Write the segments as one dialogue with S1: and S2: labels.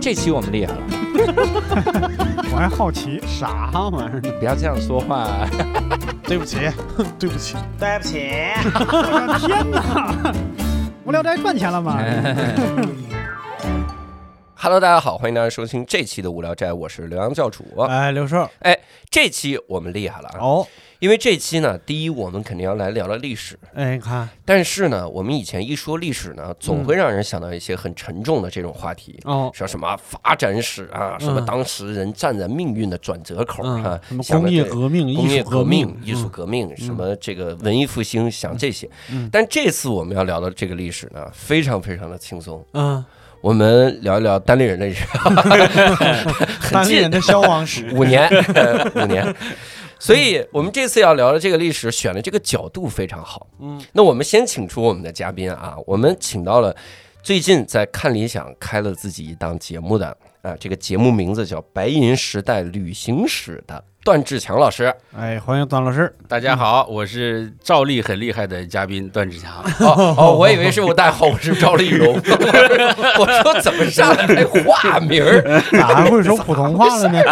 S1: 这期我们厉害了，
S2: 我还好奇，
S3: 啥玩意儿？
S1: 不要这样说话。
S4: 对不起，对不起，
S5: 对不起，
S2: 我的天哪！无聊斋赚钱了吗？
S6: Hello，大家好，欢迎大家收听这期的无聊斋，我是刘洋教主。
S4: 哎，刘寿，
S6: 这期我们厉害了啊，
S4: 哦，
S6: 因为这期呢，第一我们肯定要来聊聊历史，
S4: 哎，你看，
S6: 但是呢，我们以前一说历史呢，总会让人想到一些很沉重的这种话题。
S4: 嗯哦，
S6: 说什么发展史啊，什么
S4: 嗯
S6: 当时人站在命运的转折口
S4: 嗯
S6: 啊，，
S4: 什么
S6: 想
S4: 工
S6: 的
S4: 业
S6: 对
S4: 革命、
S6: 工
S4: 艺
S6: 业
S4: 术革
S6: 革命、
S4: 嗯
S6: 艺术革命，什
S4: 嗯
S6: 么这个文艺复兴，想这些
S4: 嗯。
S6: 但这次我们要聊的这个历史呢，非常非常的轻松。
S4: 嗯，
S6: 我们聊一聊单立人的历 史，
S4: 当年 的消亡史，
S6: 五年，五年。所以，我们这次要聊的这个历史，选的这个角度非常好。
S4: 嗯，
S6: 那我们先请出我们的嘉宾啊，我们请到了最近在看理想开了自己一档节目的啊，这个节目名字叫《白银时代旅行史》的段志强老师。
S4: 哎，欢迎段老 师，
S3: 大家好，
S6: 嗯
S3: 我是照例很厉害的嘉宾段 志强。
S6: 哦哦，我以为是我，大家好，我是赵丽 蓉。我说怎么上来还化名儿？
S2: 咋还会说普通话了呢？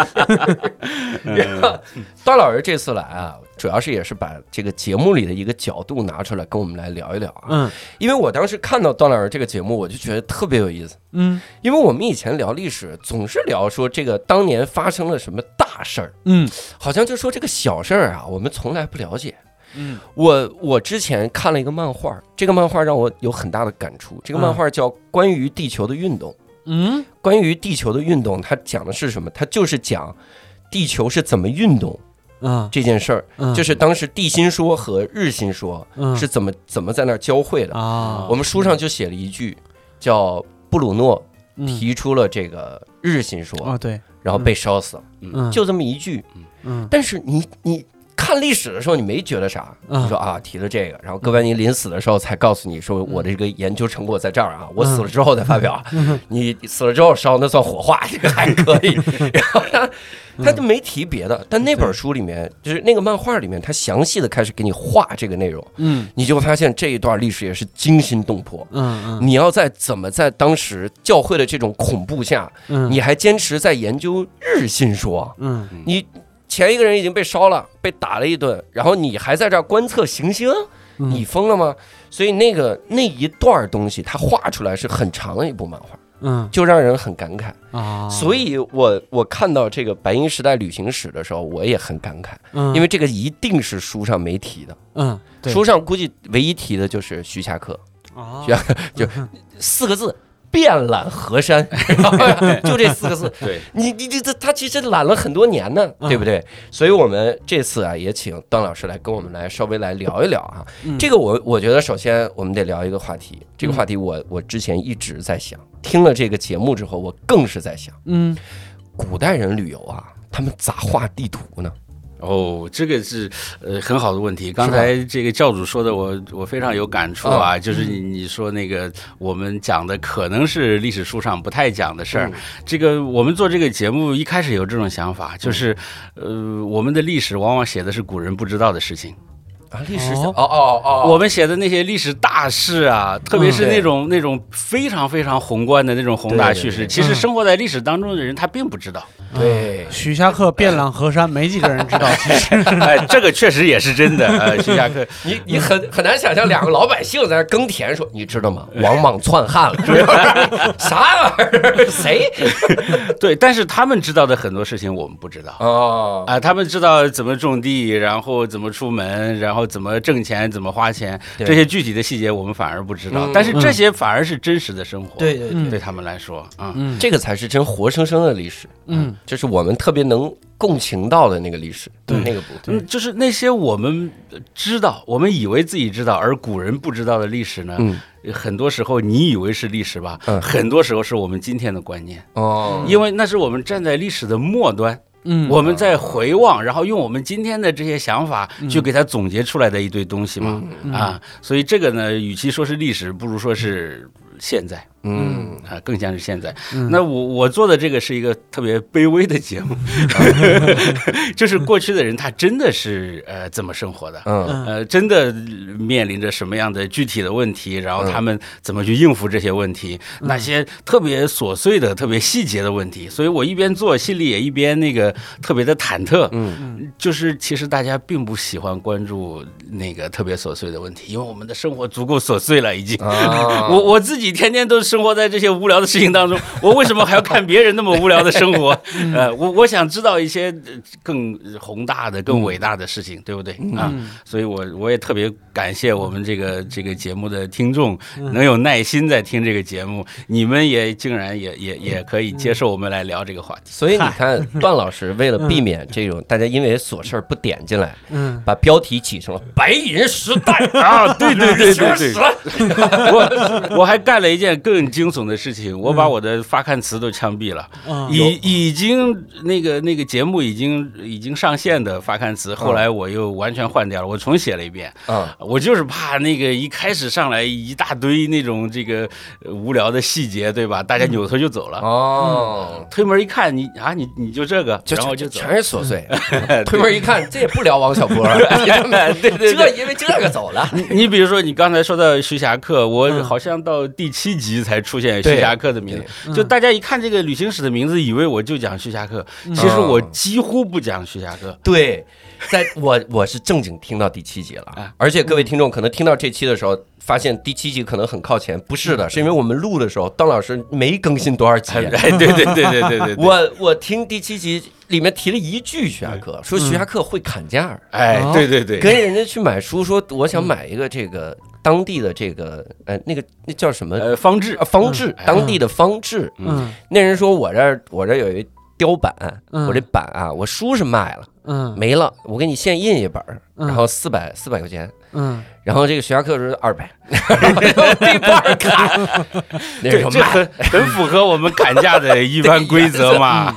S6: 段老师这次来啊，主要是也是把这个节目里的一个角度拿出来跟我们来聊一聊啊。
S4: 嗯
S6: 因为我当时看到段老师这个节目，我就觉得特别有意思。
S4: 嗯
S6: 因为我们以前聊历史，总是聊说这个当年发生了什么大事儿，
S4: 嗯
S6: 好像就说这个小事儿啊，我们从来不了解。
S4: 嗯，
S6: 我我之前看了一个漫画，这个漫画让我有很大的感触。这个漫画叫《关于地球的运动》。
S4: 嗯，
S6: 关于地球的运动，它讲的是什么？它就是讲地球是怎么运动
S4: 嗯
S6: 这件事儿，
S4: 嗯，
S6: 就是当时地心说和日心说
S4: 嗯
S6: 是怎么怎么在那儿交汇的。
S4: 啊，
S6: 我们书上就写了一句，叫布鲁诺
S4: 嗯
S6: 提出了这个日心说，
S4: 啊，对，
S6: 然后被烧死了，
S4: 嗯，
S6: 就这么一句。
S4: 嗯
S6: 但是你你看历史的时候，你没觉得啥，
S4: 嗯
S6: 你说啊提了这个，然后哥白尼临死的时候才告诉你说我的这个研究成果在这儿啊，我死了之后再发表啊， 你死了之后烧那算火化，这个还可以。然后他他就没提别的，但那本书里面就是那个漫画里面，他详细的开始给你画这个内容，
S4: 嗯
S6: 你就发现这一段历史也是惊心动魄。
S4: 嗯
S6: 你要在怎么在当时教会的这种恐怖下，
S4: 嗯，
S6: 你还坚持在研究日心说？
S4: 嗯
S6: 你前一个人已经被烧了，被打了一顿，然后你还在这儿观测行星，
S4: 嗯
S6: 你疯了吗？所以那个那一段东西，它画出来是很长的一部漫画，
S4: 嗯
S6: 就让人很感慨。
S4: 啊，
S6: 所以我我看到这个《白银时代旅行史》的时候，我也很感慨，
S4: 因
S6: 因为这个一定是书上没提的，
S4: 嗯对
S6: 书上估计唯一提的就是徐霞客。
S4: 啊
S6: 学四个字。遍览河 山，就这四个字。
S3: 对，
S6: 你你这这他其实懒了很多年呢，
S4: 嗯
S6: 对不对？所以我们这次啊，也请段老师来跟我们来稍微来聊一聊啊。
S4: 嗯
S6: 这个我我觉得，首先我们得聊一个话题，这个话题我我之前一直在想，听了这个节目之后，我更是在想，
S4: 嗯
S6: 古代人旅游啊，他们咋画地图呢？
S3: 哦，这个是呃很好的问题。刚才这个教主说的我，我非常有感触
S6: 哦
S3: 啊，就是你
S6: 嗯
S3: 你说那个我们讲的可能是历史书上不太讲的事
S6: 嗯
S3: 儿。这个我们做这个节目一开始有这种想
S6: 嗯
S3: 法，就是呃我们的历史往往写的是古人不知道的事情。
S6: 啊，历史
S4: 哦
S6: 哦哦哦，嗯
S3: 我们写的那些历史大事啊，特别是
S6: 对
S3: 那种那种非常非常宏观的那种宏大叙事，
S6: 对对对嗯
S3: 其实生活在历史当中的人他并不知道。
S6: 对，
S4: 徐霞客遍览河山，没几个人知道。其 实，
S3: 哎，这个确实也是真的。呃，徐霞客，
S6: 你你很很难想象两个老百姓在那耕田，说你知道吗？王莽篡汉了， 啥玩意儿？谁？
S3: 对，但是他们知道的很多事情我们不知道。
S6: 哦，
S3: 啊，他们知道怎么种地，然后怎么出门，然后怎么挣钱，怎么花钱，
S6: 对
S3: 这些具体的细节我们反而不知道。
S6: 嗯
S3: 但是这些反而是真实的生活，
S6: 对对嗯对，
S3: 对他们来说啊，
S4: 嗯
S6: 这个才是真活生生的历史，
S4: 嗯，
S6: 这是我们特别能共情到的那个历史，对那个部分。
S3: 嗯，就是那些我们知道，我们以为自己知道，而古人不知道的历史呢，
S6: 嗯，
S3: 很多时候你以为是历史吧，
S6: 嗯
S3: 很多时候是我们今天的观念，
S6: 哦，
S3: 因为那是我们站在历史的末端，
S4: 嗯
S3: 我们在回望，然后用我们今天的这些想法去给它总结出来的一堆东西嘛，啊
S6: 嗯
S3: 啊，所以这个呢，与其说是历史，不如说是现在。
S6: 嗯，
S3: 啊，更像是现在。
S4: 嗯
S3: 那我我做的这个是一个特别卑微的节目， 就是过去的人他真的是呃怎么生活的，
S6: 嗯
S4: 嗯
S3: 呃，真的面临着什么样的具体的问题，然后他们怎么去应付这些问题，
S6: 嗯
S3: 那些特别琐碎的、特别细节的问题。所以我一边做，心里也一边那个特别的忐忑。
S6: 嗯
S3: 就是其实大家并不喜欢关注那个特别琐碎的问题，因为我们的生活足够琐碎了，已经。
S6: 啊，
S3: 我我自己天天都生活在这些无聊的事情当 中，我为什么还要看别人那么无聊的生活？
S6: 嗯
S3: 呃，我我想知道一些呃更宏大的、更伟大的事情，对不对
S6: 嗯
S4: 嗯
S3: 啊？所以我我也特别感谢我们这个这个节目的听众，能有耐心在听这个节目，你们也竟然也也也可以接受我们来聊这个话题。
S6: 所以你看，段老师为了避免这种大家因为琐事儿不点进来，
S4: 嗯，
S6: 把标题起成了“白银时代
S3: 啊，对 对 对对对
S6: 时代
S3: 我我还干了一件更惊悚的事情，我把我的发刊词都枪毙了。
S4: 嗯
S3: 已已经那个那个节目已经已经上线的发刊词，后来我又完全换掉了，我重写了一遍。”
S6: 啊，
S3: 我就是怕那个一开始上来一大堆那种这个呃无聊的细节，对吧？大家扭头就走了。
S6: 哦，
S3: 推门一看，你啊，你你嗯就这个，
S6: 就
S3: 然后
S6: 就
S3: 就走。
S6: 全是琐 碎。推门一看，这也不聊王小波，
S3: 对对
S6: 这
S3: 对
S6: 因为这个嗯走了。
S3: 你你比如说，你刚才说到徐霞客，我好像到第七集才出现徐霞客的名字，
S6: 嗯
S3: 就大家一看这个旅行史的名字，以为我就讲徐霞客，
S6: 嗯
S3: 其实我几乎不讲徐霞客。
S6: 对，在我我是正经听到第七集了
S3: 啊，
S6: 而且各位听众可能听到这期的时候，发现第七集可能很靠前，不是的，是因为我们录的时候，段老师没更新多少集。
S3: 哎，嗯对对对对对对对，
S6: 我我听第七集里面提了一句徐霞客，说徐霞客会砍价儿，
S3: 哎，对对嗯对，
S6: 哦跟人家去买书，说我想买一个这个当地的这个呃那个那叫什么
S3: 呃方志
S6: 啊方志，
S3: 哎
S6: 当地的方志。
S4: 嗯
S6: 那人说我这儿我这儿有一雕版，
S4: 嗯
S6: 我这版啊我书是卖了
S4: 嗯
S6: 没了，我给你现印一本儿，
S4: 嗯
S6: 然后四百四百块钱。
S4: 嗯
S6: 然后这个徐霞客说二 百，这半砍，那人
S3: 对，
S6: 说
S3: 这
S6: 卖
S3: 很很符合我们砍价 的一般规则嘛。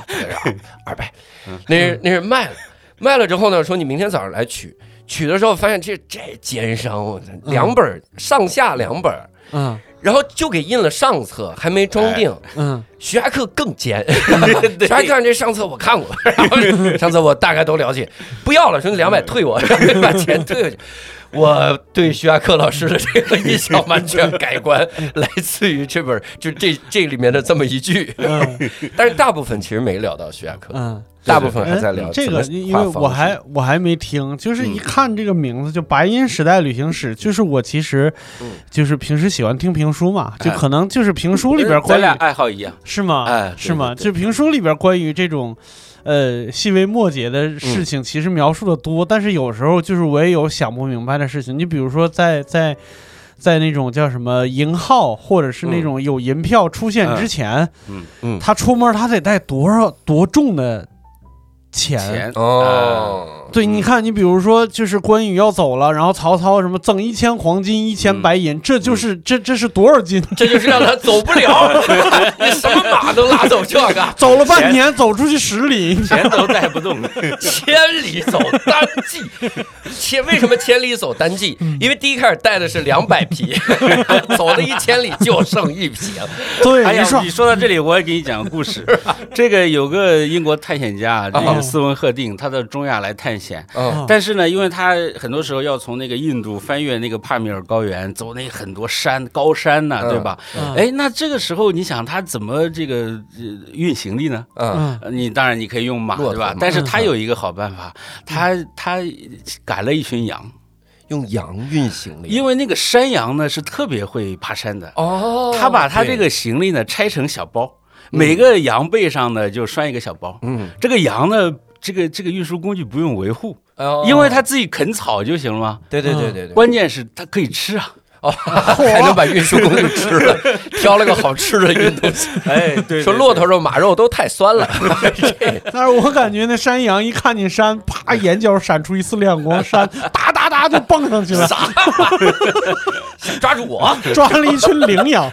S6: 二百，
S3: 嗯
S6: 那是那是卖了，卖了之后呢，说你明天早上来取，取的时候发现这这奸商，我操，两
S3: 嗯
S6: 本儿上下两本儿，
S4: 嗯
S6: 然后就给印了上册，还没装
S3: 哎
S6: 订。
S4: 嗯
S6: 徐霞客更 奸，徐霞客看这上册我 看过，然后上册我大概都了解，不要了，说两百退我，
S4: 嗯
S6: 把钱退回去。我对徐霞客老师的这个印象完全改观，来自于这本就这这里面的这么一句，
S4: 嗯
S6: 但是大部分其实没聊到徐霞客，
S4: 嗯，
S6: 大部分还在
S3: 呃
S6: 聊
S4: 哎这
S6: 怎
S4: 个，
S6: 么
S4: 因
S6: 画
S4: 为
S6: 方
S4: 我
S6: 式
S4: 还我还没听，就是
S3: 嗯
S4: 一看这个名字就《白银时代旅行史》，就是我其实
S6: 嗯
S4: 就是平时喜欢听评书嘛，就
S3: 哎
S4: 可能就是评书里边
S3: 咱
S4: 关
S3: 俩
S4: 于
S3: 爱好一样，
S4: 是吗？
S3: 哎对
S4: 是吗？
S3: 对对
S4: 就评书里边关于这种。呃，细微末节
S3: 嗯
S4: 的事情其实描述的多，但是有时候就是我也有想不明白的事情。你比如说在，在在那种叫什么银号，或者是那种有银票出现之前，
S3: 嗯
S6: 嗯嗯
S4: 他出门他得带多少多重的钱？
S3: 钱
S6: 哦，
S3: 嗯
S4: 对，你看，你比如说，就是关羽要走了，然后曹操什么赠一千黄金、一千
S3: 嗯
S4: 白银，这就是、这这是多少斤？
S6: 这就是让他走不了， 你什么马都拉走啊这个，
S4: 走了半年，走出去十里。
S3: 啊钱都带 不动。
S6: 千里走单骑， 千为什么千里走单骑？
S3: 嗯
S6: 因为第一开始带的是两百匹， 走了一千里就剩一匹了。
S4: 对，
S3: 哎
S4: 你
S3: 呀，
S4: 说
S3: 你说到这里，我也给你讲个故 事。这个有个英国探险家，这
S4: 哦
S3: 个斯文赫定，他到中亚来探险。
S6: 嗯
S3: 但是呢，因为他很多时候要从那个印度翻越那个帕米尔高原，走那很多山高山呐、
S6: 嗯
S3: 对吧？
S4: 嗯
S3: 哎，那这个时候你想他怎么这个、呃运行力呢？
S6: 嗯
S4: 嗯
S3: 呃你当然你可以用马
S6: 骆驼
S3: 对吧
S6: 嘛？
S3: 但是他有一个好办法，他他赶了一群羊，
S6: 用羊运行啊
S4: 嗯
S6: 的，
S3: 因为那个山羊呢是特别会爬山的，
S6: 哦，
S3: 他把他这个行李呢拆成小包，每个羊背上呢就拴一个小包。
S6: 嗯，
S3: 这个羊呢，这个这个运输工具不用维护，
S6: 哦
S3: 嗯因为他自己啃草就行了嘛。
S6: 对对对对对，
S3: 关键是它可以吃啊！
S6: 还能把运输工具吃了，挑了个好吃的运动。
S3: 哎，对
S6: 说骆驼肉、马肉都太酸了，
S4: 但是我感觉那山羊一看见 山，啪， 眼角闪出一丝亮光，山哒哒哒就蹦上去了。
S6: 啥？想抓住我，
S4: 抓了一群羚 羊，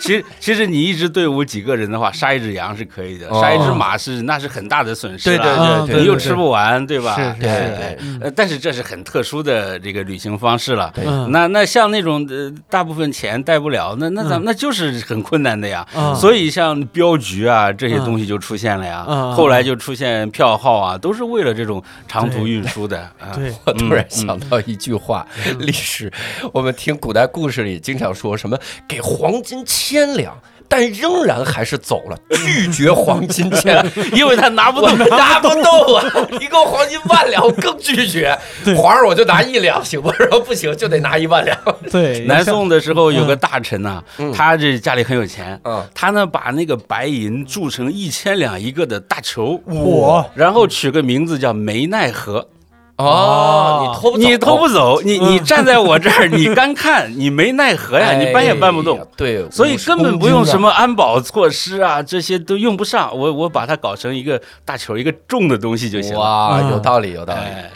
S3: 其实其实你一支队伍几个人的话，杀一只羊是可以的，
S6: 哦
S3: 杀一只马是那是很大的损失
S6: 对对
S3: 了。
S4: 啊
S6: 对
S4: 对
S3: 你
S6: 对
S3: 又吃不完，对吧？
S4: 是是
S3: 对
S6: 是
S3: 对呃，但是这是很特殊的这个旅行方式了。
S4: 嗯
S3: 那那像那种呃，大部分钱带不了，那那咱们、
S4: 嗯
S3: 那就是很困难的呀。
S4: 啊
S3: 所以像镖局啊这些东西就出现了呀，
S4: 嗯嗯嗯
S3: 后来就出现票号啊，都是为了这种长途运输的。啊
S4: 对，
S6: 我突然想到一句话，
S3: 嗯
S6: 历史，我们听古代故事里经常说什么给黄金千两。但仍然还是走了，拒绝黄金千 两，
S3: 因为他拿不
S6: 我
S3: 动。
S6: 拿不动啊！你给我黄金万两，我更拒绝。皇上，我就拿一两行吗？说不行，就得拿一万两。
S4: 对，
S3: 南
S4: 像
S3: 宋的时候有个大臣呐、他这家里很有钱，
S6: 嗯
S3: 他呢把那个白银铸成一千两一个的大球，
S4: 我
S3: 然后取个名字叫梅奈何。
S6: 哦，你偷不走哦
S3: 你偷不走，你你站在我这儿，你干看，你没奈何呀，你搬也搬不
S6: 哎呀
S3: 动。
S6: 对，
S3: 所以根本不用什
S6: 么。
S3: 么安保措施啊，这些都用不上。我我把它搞成一个大球，一个重的东西就行了。
S6: 哇，
S4: 嗯
S6: 啊有道理，有道理。
S3: 哎，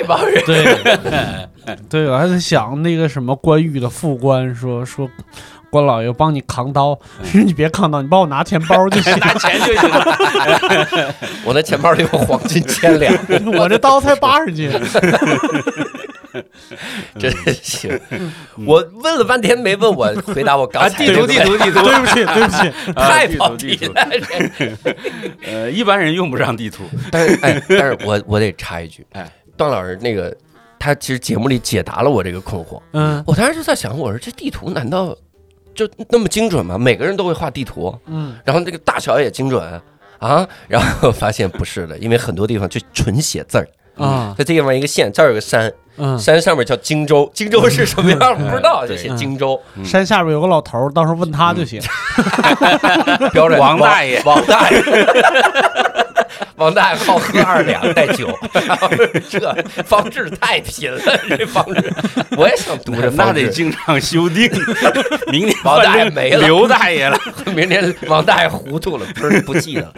S6: 这帮人
S4: 对，对，我还在想那个什么关羽的副官说说，关老爷帮你扛刀，说 你别扛刀，你帮我拿钱包就行，
S3: 嗯 拿钱就行了。
S6: 我那钱包里有黄金千两，
S4: 我这刀才八十斤，
S6: 真行。我问了半天没问我回答我刚才
S3: 啊地图地图地 图，
S4: 对不起，对不起，
S6: 太
S3: 啊地
S6: 跑
S3: 图地
S6: 题
S3: 图
S6: 了。。
S3: 呃，一般人用不上地图。
S6: 但是哎，但是我我得插一句，
S3: 哎，
S6: 段老师那个他其实节目里解答了我这个困惑，
S4: 嗯
S6: 我当时就在想，我说这地图难道就那么精准吗？每个人都会画地图，
S4: 嗯，
S6: 然后那个大小也精准啊？ 然后发现不是的，因为很多地方就纯写字儿。
S4: 啊
S6: 在这地方一个县，这儿有个山，
S4: 嗯，
S6: 山上面叫荆州，荆州是什么样儿不知道，就
S3: 嗯对
S6: 写荆州。
S4: 山下边有个老头儿，到时候问他就行，
S6: 标准
S3: 王大爷
S6: 王大 爷，王大爷好喝二两带 酒，这方志太贫了，这方志，我也想读这
S3: 那
S6: 方
S3: 得
S6: 志。
S3: 经常修 订。明年
S6: 王大爷
S3: 换成
S6: 没了
S3: 刘大爷了。
S6: 明天王大爷糊涂了，不是不记得了。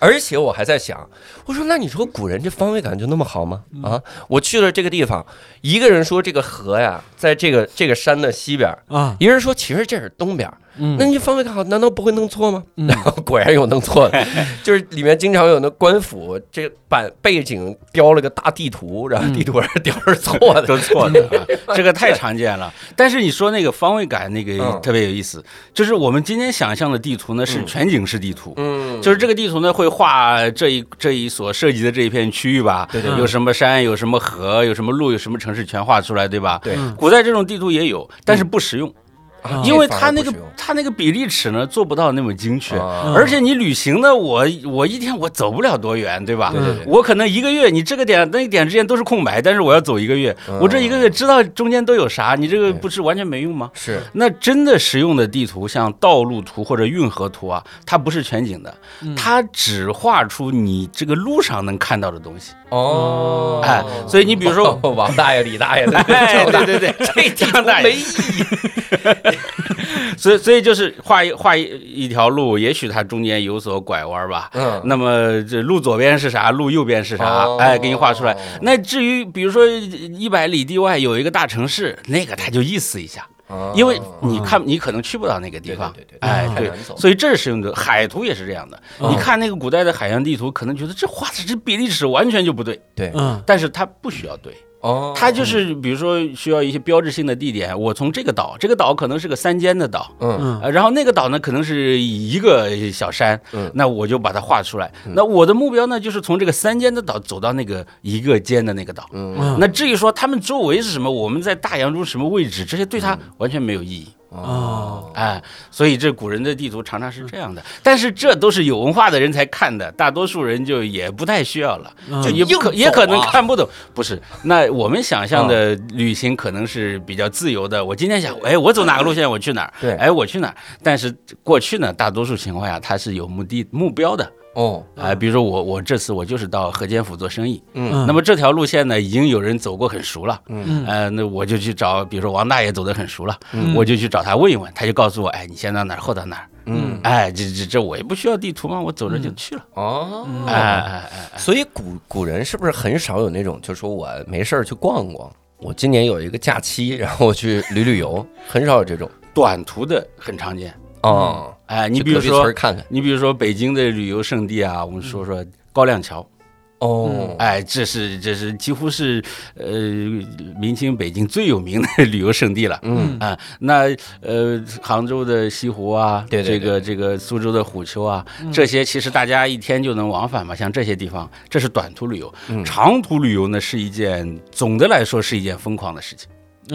S6: 而且我还在想，我说那你说古人这方位感就那么好吗？
S3: 嗯
S6: 啊，我去了这个地方，一个人说这个河呀，在这个这个山的西边儿，
S4: 啊，
S6: 一个人说其实这是东边儿，
S4: 嗯
S6: 那你方位感好，难道不会弄错吗？
S4: 嗯
S6: 然后 果然有弄错 的，就是里面经常有那官府这版背景雕了个大地图，然后地图上雕是错的。
S3: 都错的、啊，这个太常见了。但是你说那个方位感，那个
S6: 嗯
S3: 特别有意思，就是我们今天想象的地图呢是全景式地图。
S6: 嗯，
S3: 就是这个地图呢，会画这一这一所涉及的这一片区域吧，
S6: 对对
S3: 有什么山，有什么河，有什么路，有什么城市，全画出来，对吧？
S6: 对，
S4: 嗯
S3: 古代这种地图也有，但是不实用，
S6: 啊
S3: 嗯因为
S6: 这
S3: 它
S6: 反而
S3: 那
S6: 不
S3: 个嗯
S6: 实用
S3: 它那个比例尺呢做不到那么精确，
S6: 啊
S3: 而且你旅行呢，我我一天我走不了多远，对吧？
S6: 对对对
S3: 我可能一个月，你这个点那个点之间都是空白，但是我要走一个月，
S6: 嗯
S3: 我这一个月知道中间都有啥，你这
S6: 对
S3: 个不是完全没用吗？
S6: 是
S3: 那真的实用的地图，像道路图或者运河图啊，它不是全景的，
S6: 嗯
S3: 它只画出你这个路上能看到的东西。
S6: 哦，
S3: 嗯哎，所以你比如说，
S6: 哦 王大爷、李大 爷，
S3: 哎
S6: 赵大爷
S3: 对对
S6: 这地图
S3: 张大爷
S6: 没意义。
S3: 所以所以就是画一画一一条路，也许它中间有所拐弯吧。
S6: 嗯
S3: 那么这路左边是啥，路右边是啥，
S6: 哦
S3: 哎，给你画出来。那至于比如说一百里地外有一个大城市，那个它就意思一下，
S6: 啊
S3: 因为你看你可能去不到那个地
S6: 对
S3: 方
S6: 对，对，
S3: 哎，
S6: 太
S3: 对。
S6: 难走嗯了。
S3: 所以这是用的海图也是这样的，
S4: 哦
S3: 你看那个古代的海洋地图，可能觉得这画的这比例尺完全就不对，
S6: 对，
S4: 嗯
S3: 但是它不需要对，
S6: 哦，
S3: 它就是比如说需要一些标志性的地点，我从这个岛，这个岛可能是个山间的岛，
S6: 嗯
S4: 嗯
S3: 呃，然后那个岛呢，可能是一个小山，
S6: 嗯
S3: 那我就把它画出来。那我的目标呢，就是从这个三间的岛走到那个一个间的那个岛。
S6: 嗯
S4: 嗯
S3: 那至于说他们周围是什么，我们在大洋中什么位置，这些对
S6: 嗯
S3: 它完全没有意义。
S4: 哦
S3: 哎，所以这古人的地图常常是这样的，但是这都是有文化的人才看的，大多数人就也不太需要了，
S4: 嗯
S3: 就也不可、
S6: 硬走啊
S3: 也可能看不懂。不是，那我们想象的
S6: 嗯
S3: 旅行可能是比较自由的。我今天想，哎，我走哪个路线，我去哪儿？
S6: 对
S3: 哎，我去哪儿？但是过去呢，大多数情况下它是有目的目标的。
S6: 哦，
S3: 啊、比如说我，我这次我就是到河间府做生意，
S6: 嗯
S4: 嗯，
S3: 那么这条路线呢，已经有人走过很熟了，
S6: 嗯
S3: 呃，那我就去找，比如说王大爷走得很熟了，
S4: 嗯
S3: 我就去找他问一问，他就告诉我，哎，你先到哪儿，后到哪儿，
S6: 嗯
S3: 哎，这这这我也不需要地图嘛，我走着就去了，
S6: 哦，
S3: 哎哎哎哎，
S6: 所以古古人是不是很少有那种，就说我没事儿去逛逛，我今年有一个假期，然后我去旅旅游，很少有这种
S3: 短途的很常见。
S6: 哦。
S3: 哎，你
S6: 去
S3: 比如
S6: 隔壁村
S3: 说
S6: 儿，看看
S3: 你比如说北京的旅游胜地啊，我们说说高亮桥，
S6: 嗯哦，
S3: 哎，这是这是几乎是呃，明清北京最有名的 旅游胜地了。
S6: 嗯
S3: 啊，那呃，杭州的西湖啊，
S6: 对对对
S3: 这个这个苏州的虎丘啊，这些其实大家一天就能往返嘛。像这些地方，这是短途旅游，
S6: 嗯
S3: 长途旅游呢是一件总的来说是一件疯狂的事情，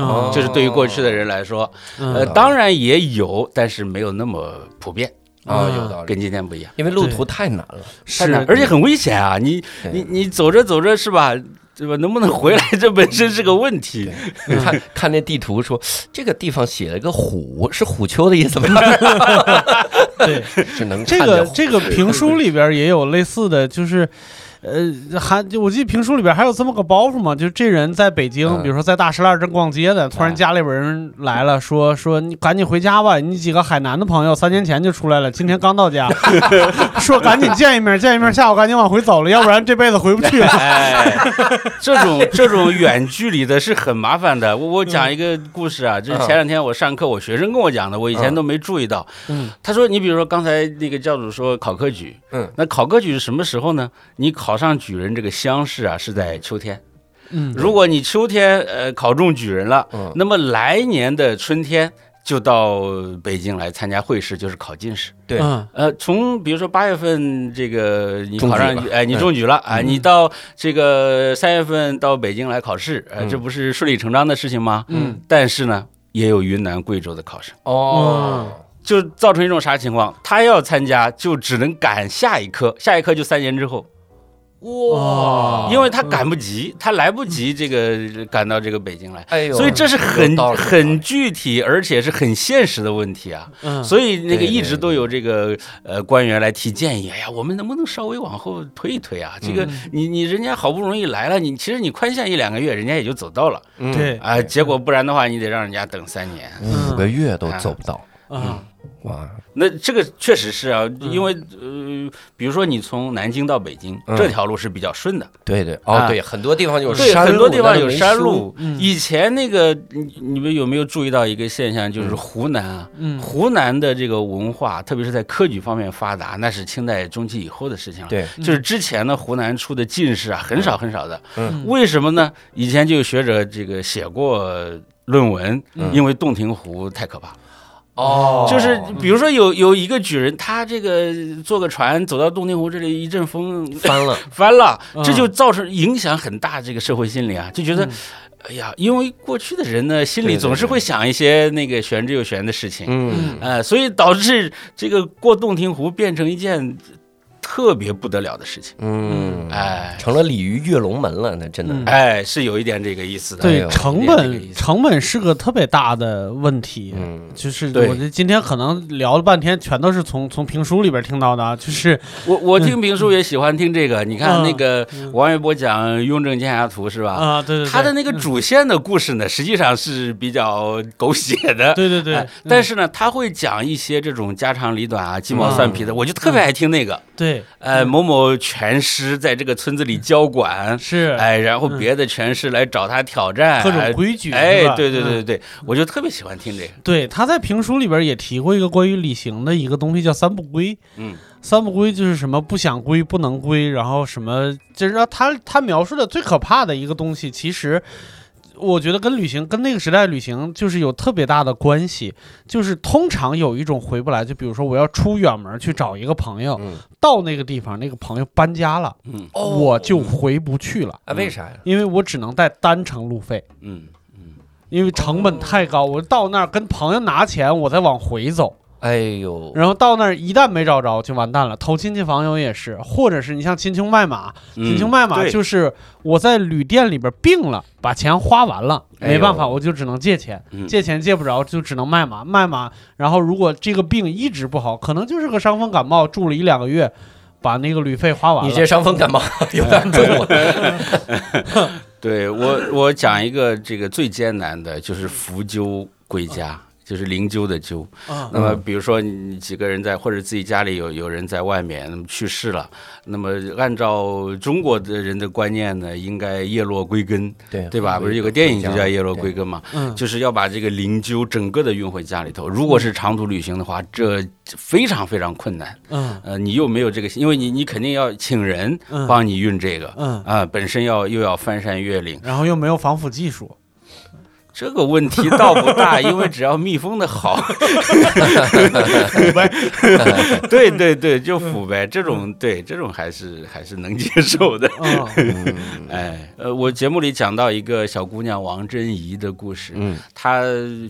S6: 哦
S3: 这是对于过去的人来说，呃，
S4: 嗯
S3: 当然也有，但是没有那么普遍，
S6: 啊，有道理，
S3: 跟今天不一样。
S6: 因为路途太难了，
S3: 太难
S4: 是，
S3: 而且很危险啊！你
S6: 对
S3: 你你走着走着是吧？对吧？能不能回来，这本身是个问题。
S6: 看看那地图说这个地方写了个虎，是虎丘的意思吗？
S4: 对，
S6: 只能
S4: 这
S6: 看
S4: 个
S6: 见虎
S4: 这个评书里边也有类似的，就是。呃，还就我记得评书里边还有这么个包袱嘛，就是这人在北京，
S6: 嗯
S4: 比如说在大石栏正逛街呢，突然
S3: 嗯
S4: 家里有人来了，说说你赶紧回家吧，你几个海南的朋友三年前就出来了，今天刚到家，说赶紧见一面，见一面，下午赶紧往回走了，要不然这辈子回不 去了。
S3: 哎， 这种这种远距离的是很麻烦的。我我讲一个故事啊，就是前两天我上课，我学生跟我讲的，我以前都没注意到。
S4: 嗯，
S3: 他说，你比如说刚才那个教主说考科举，
S6: 嗯，
S3: 那考科举是什么时候呢？你考上举人这个乡试啊，是在秋天。
S4: 嗯
S3: 如果你秋天呃考中举人了，
S6: 嗯
S3: 那么来年的春天就到北京来参加会试，就是考进士。
S6: 对
S4: 嗯
S3: 呃，从比如说八月份这个你
S6: 中
S3: 考
S6: 举
S3: 上
S6: 吧，
S3: 哎，你
S6: 嗯
S3: 中举了啊，
S4: 嗯
S3: 你到这个三月份到北京来考试，呃，
S6: 嗯
S3: 这不是顺理成章的事情吗？
S4: 嗯，
S3: 但是呢，也有云南、贵州的考生，
S6: 哦，
S3: 就造成一种啥情况？他要参加，就只能赶下一科，下一科就三年之后，
S6: 哇，
S3: 因为他赶不及，他来不及这个赶到这个北京来。
S6: 哎呦，
S3: 所以这是
S6: 有
S3: 很
S6: 道理
S3: 很具体，而且是很现实的问题啊。
S4: 嗯，
S3: 所以那个
S6: 对
S3: 一
S6: 对
S3: 直都有这个呃官员来提建议，哎呀，我们能不能稍微往后推一推啊？这个
S6: 嗯
S3: 你你人家好不容易来了，你其实你宽限一两个月，人家也就走到了
S6: 嗯
S4: 对
S3: 啊、结果不然的话，你得让人家等三年。
S6: 五个月
S3: 嗯
S6: 都走不到，
S4: 啊，
S6: 哇，
S3: 那这个确实是啊，因为呃，比如说你从南京到北京、
S6: 嗯
S3: 这条路是比较顺的，
S6: 对对，哦
S3: 啊
S6: 对，很多地方有
S3: 对，
S6: 山路，
S3: 很多地方有
S6: 那没
S3: 山
S6: 书
S3: 路。
S4: 嗯
S3: 以前那个你你们有没有注意到一个现象，就是湖南啊，
S4: 嗯
S3: 湖南的这个文化，特别是在科举方面发达，那是清代中期以后的事情了。
S6: 对，
S3: 就是之前呢，湖南出的进士啊，很少很少的。
S6: 嗯
S3: 为什么呢？以前就有学者这个写过论文，
S6: 嗯
S3: 因为洞庭湖太可怕。
S6: 哦，
S3: 就是比如说有有一个举人，他这个坐个船走到洞庭湖这里，一阵风
S6: 翻 了，
S3: 翻了
S4: 嗯，
S3: 这就造成影响很大，这个社会心理啊，就觉得
S4: 嗯。
S3: 哎呀，因为过去的人呢，心
S6: 对
S3: 里
S6: 对
S3: 总是
S6: 对
S3: 会想一些那个玄之又玄的事情，
S6: 嗯
S3: 呃，所以导致这个过洞庭湖变成一件特别不得了的事情。
S6: 嗯，
S3: 哎
S6: 成了鲤鱼跃龙门了，那真的，
S4: 嗯
S3: 哎，是有一点这个意思的。
S6: 哎
S4: 对
S6: 呦，
S4: 成
S3: 有点这个意
S4: 本
S3: 思
S4: 成本是个特别大的问题。
S6: 嗯，
S4: 就是
S3: 对
S4: 我这今天可能聊了半天，全都是从从评书里边听到的啊，就是
S3: 我我听评书也喜欢听这个。你看
S4: 嗯
S3: 那个王岳波讲《雍正剑侠图》是吧？
S4: 啊、对对对，
S3: 他的那个主线的故事呢，实际上是比较狗血的。
S4: 对对对，
S3: 哎
S4: 嗯
S3: 但是呢，他会讲一些这种家长里短啊、鸡毛蒜皮的，我就特别爱听那个。
S4: 对
S3: 呃，
S4: 嗯
S3: 某某拳师在这个村子里交管，
S4: 是嗯
S3: 哎，然后别的拳师来找他挑战，
S4: 各种
S3: 哎
S4: 规矩，是
S3: 哎
S4: 吧，
S3: 对对对
S4: 嗯
S3: 对，我就特别喜欢听这个。
S4: 对，他在评书里边也提过一个关于礼行的一个东西，叫三不归。
S3: 嗯，
S4: 三不归就是什么不想归、不能归，然后什么，就是说他他描述的最可怕的一个东西，其实我觉得跟旅行跟那个时代旅行就是有特别大的关系。就是通常有一种回不来，就比如说我要出远门去找一个朋友，
S6: 嗯
S4: 到那个地方那个朋友搬家了，
S3: 嗯
S6: 哦
S4: 我就回不去了，
S6: 啊，为啥呀？
S4: 因为我只能带单程路费。
S3: 嗯嗯，
S4: 因为成本太
S6: 哦
S4: 高，我到那儿跟朋友拿钱，我再往回走，
S6: 哎呦，
S4: 然后到那儿一旦没找着就完蛋了。投亲戚访友也是，或者是你像秦琼卖马，
S6: 嗯
S4: 秦琼卖马
S3: 对
S4: 就是我在旅店里边病了，把钱花完了，
S6: 哎呦
S4: 没办法，我就只能借钱，
S3: 嗯
S4: 借钱借不着就只能卖马，卖马，然后如果这个病一直不好，可能就是个伤风感冒，住了一两个月，把那个旅费花完了。
S6: 你这伤风感冒 有点重啊了，
S3: 对我，我讲一个这个最艰难的，就是扶柩归家，就是灵柩的柩。
S4: 啊
S3: 那么比如说你几个人在，或者自己家里有有人在外面那么去世了，那么按照中国的人的观念呢，应该叶落归根，
S6: 对
S3: 对吧？
S6: 回
S3: 不是有个电影
S6: 回
S3: 就
S6: 家
S3: 叫《叶落归根》嘛，
S4: 嗯
S3: 就是要把这个灵柩整个的运回家里头。如果是长途旅行的话，这非常非常困难。
S4: 嗯
S3: 呃，你又没有这个，因为你你肯定要请人
S4: 嗯
S3: 帮你运这个。
S4: 嗯，
S3: 啊，本身要又要翻山越岭，
S4: 然后又没有防腐技 术，
S3: 这个问题倒不大，因为只要密封的好， 对对对，就腐败这种，对这种还是还是能接受的。
S4: 嗯
S3: 哎，呃，我节目里讲到一个小姑娘王珍怡的故事，
S6: 嗯，
S3: 她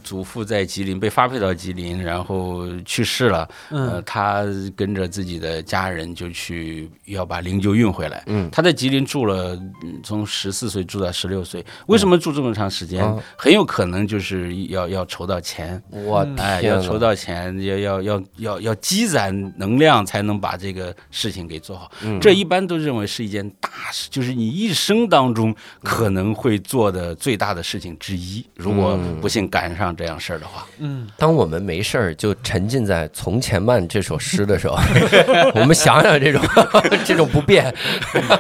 S3: 祖父在吉林被发配到吉林，然后去世了，呃，
S4: 嗯
S3: 她跟着自己的家人就去要把灵柩运回来。
S6: 嗯
S3: 她在吉林住了，嗯从十四岁住到十六岁，为什么住这么长时间？
S6: 嗯
S3: 很有可能就是要要筹到钱。
S6: 我
S4: 嗯
S3: 哎，
S6: 天啊
S3: 要
S6: 呐
S3: 筹到钱，要要要要要积攒能量，才能把这个事情给做好。
S6: 嗯
S3: 这一般都认为是一件大事，就是你一生当中可能会做的最大的事情之一。如果
S6: 嗯
S3: 不幸赶上这样事儿的话，
S4: 嗯
S6: 当我们没事儿就沉浸在《从前慢》这首诗的时 候，我们想想 这种这种不变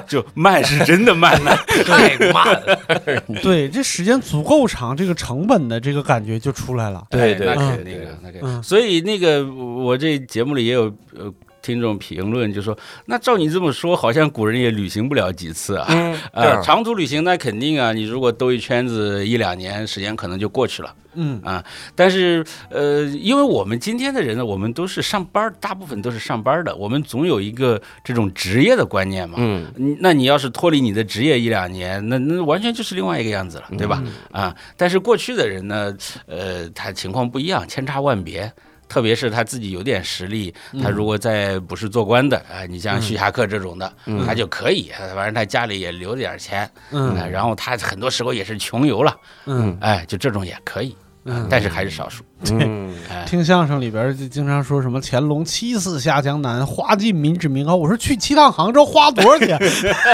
S3: 就慢是真的慢呐、
S6: 太慢了。
S4: 对，这时间足够长，这个成本的这个感觉就出来了。
S6: 对
S3: 哎
S6: 对
S3: 那
S4: 对
S3: 肯定
S6: 对
S3: 的，那肯
S4: 嗯
S3: 定。所以那个我这节目里也有呃。听众评论就说：“那照你这么说，好像古人也旅行不了几次啊。
S6: 嗯，
S3: 啊，长途旅行那肯定啊，你如果兜一圈子一两年，时间可能就过去了。啊
S4: 嗯
S3: 但是，呃，因为我们今天的人呢，我们都是上班儿，大部分都是上班儿的，我们总有一个这种职业的观念嘛。
S6: 嗯，
S3: 嗯，那你要是脱离你的职业一两年，那那完全就是另外一个样子了，对吧？
S4: 嗯
S3: 啊，但是过去的人呢，呃，他情况不一样，千差万别。特别是他自己有点实力，他
S4: 嗯
S3: 如果在不是做官的啊、你像徐霞客这种的，他就可以，反正他家里也留点钱，啊
S4: 嗯
S3: 然后他很多时候也是穷游了，
S4: 嗯
S3: 哎，就这种也可以，
S4: 嗯，
S3: 但是还是少数。
S6: 嗯
S3: 哎，
S4: 听相声里边儿就经常说什么乾隆七次下江南，花尽民脂民膏。我说去七趟杭州花多少 钱？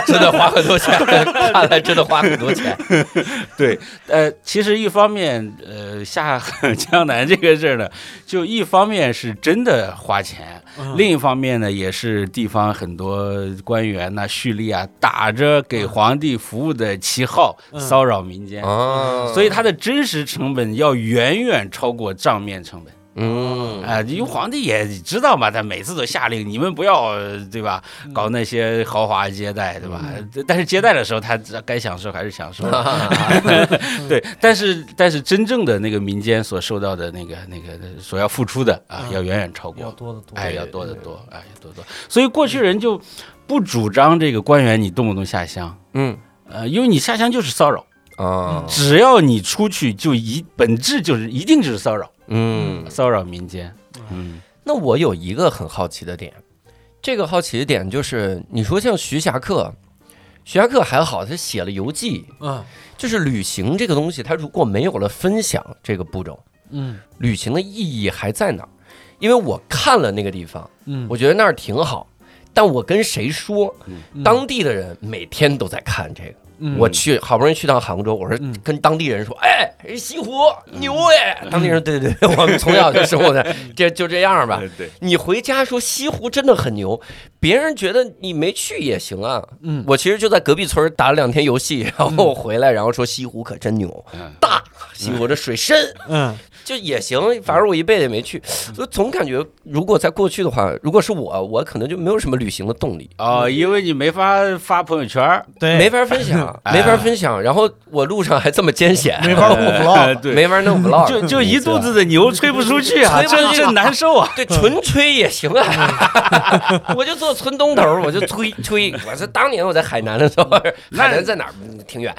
S6: 真的花很多钱， 看来真的花很多钱。
S3: 对，呃，其实一方面，呃，下 江南这个事儿呢，就一方面是真的花钱，另一方面呢，也是地方很多官员呐、蓄力啊，打着给皇帝服务的旗号
S4: 嗯
S3: 骚扰民间，
S6: 啊，
S3: 所以它的真实成本要远远超过账面成本。
S6: 嗯
S3: 啊、因为皇帝也知道嘛，他每次都下令你们不要，呃对吧？搞那些豪华接待，对吧？但是接待的时候，他该享受还是享受，
S6: 嗯
S3: 对。但是但是真正的那个民间所受到的那个那个所要付出的啊，
S4: 嗯
S3: 要远远超过，
S4: 多得多
S3: 哎，要多得
S6: 对
S3: 多，哎，要多得多。所以过去人就不主张这个官员你动不动下乡，
S6: 嗯
S3: 呃，因为你下乡就是骚扰，
S6: 啊
S4: 嗯
S3: 只要你出去就一本质就是一定就是骚扰，
S6: 嗯。
S3: 骚扰民间，嗯。
S6: 那我有一个很好奇的点，这个好奇的点就是，你说像徐霞客，徐霞客还好，他写了游记，
S4: 嗯
S6: 就是旅行这个东西，它如果没有了分享这个步骤，
S4: 嗯
S6: 旅行的意义还在哪儿？因为我看了那个地方，
S4: 嗯，
S6: 我觉得那儿挺好，但我跟谁说？
S4: 嗯
S6: 当地的人每天都在看这个。
S4: 嗯
S6: 我去，好不容易去趟杭州，我说
S4: 嗯
S6: 跟当地人说，哎，西湖牛哎，当地人对对对，我们从小就生 活在
S4: 嗯
S6: 这就这样吧。
S3: 对，
S6: 你回家说西湖真的很牛，别人觉得你没去也行啊。
S4: 嗯
S6: 我其实就在隔壁村儿打了两天游戏，然后回来，然后说西湖可真牛，
S3: 嗯
S6: 大西湖这水深，
S4: 嗯
S6: 就也行。反正我一辈子也没去，所以总感觉如果在过去的话，如果是我，我可能就没有什么旅行的动力。
S3: 哦，因为你没法发朋友圈儿，
S4: 对，
S6: 没法分 享，
S3: 哎
S6: 没法分享，然后我路上还这么艰险，
S4: 没法录 vlog，
S3: 对，
S6: 呃没法弄 vlog，
S3: 就就一肚子的牛吹不出去啊，
S6: 吹不出
S3: 这
S6: 去
S3: 这难受啊。
S6: 对，纯吹也行啊， 我就坐村东头儿，我就吹吹。我是当年我在海南的时候，海南在哪儿？嗯挺远。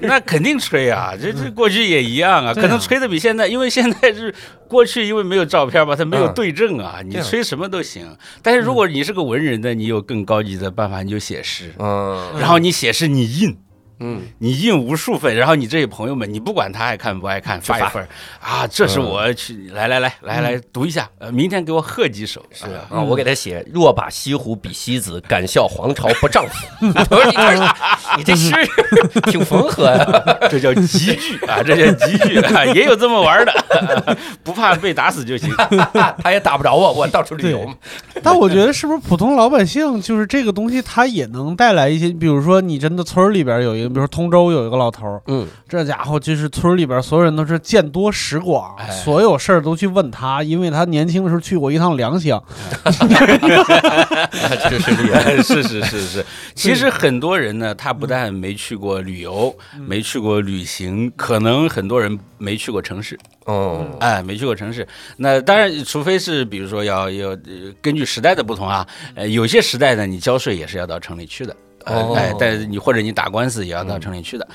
S3: 那肯定吹啊，这这过去也一样啊，
S4: 对啊
S3: 可能吹的比现在，因为现在是过去因为没有照片吧，它没有
S6: 嗯
S3: 对证啊，你
S6: 对啊
S3: 吹什么都行。但是如果你是个文人呢，你有更高级的办法，你就写诗，
S6: 嗯
S3: 然后你写诗你印，
S6: 嗯，
S3: 你印无数份，然后你这些朋友们，你不管他爱看不爱看，
S6: 就
S3: 发一份儿啊，这是我去来来来来来读一下，呃，明天给我喝几首，是
S6: 啊、我给他写“若把西湖比西子，敢笑黄巢不 丈夫”我说你这你这诗 挺缝合呀、
S3: 这叫集句啊，这叫集句啊，也有这么玩儿的，不怕被打死就行。
S6: 啊 他也打不着我，我到处旅游嘛。
S4: 但我觉得是不是普通老百姓，就是这个东西，它也能带来一些，比如说你真的村儿里边有一个，比如说通州有一个老头儿，
S6: 嗯，
S4: 这家伙就是村儿里边所有人都是见多识广，
S3: 哎
S4: 所有事儿都去问他，因为他年轻的时候去过一趟良乡，
S3: 这是厉害，是是是是。啊 嗯其实很多人呢，他不但没去过旅游，没去过旅行，可能很多人没去过城市，
S6: 嗯，
S3: 哎，没去过城市。那当然，除非是比如说要要呃根据时代的不同啊，呃，有些时代呢，你交税也是要到城里去的。呃
S6: 哦
S3: 哎，但是你或者你打官司也要到城里去的，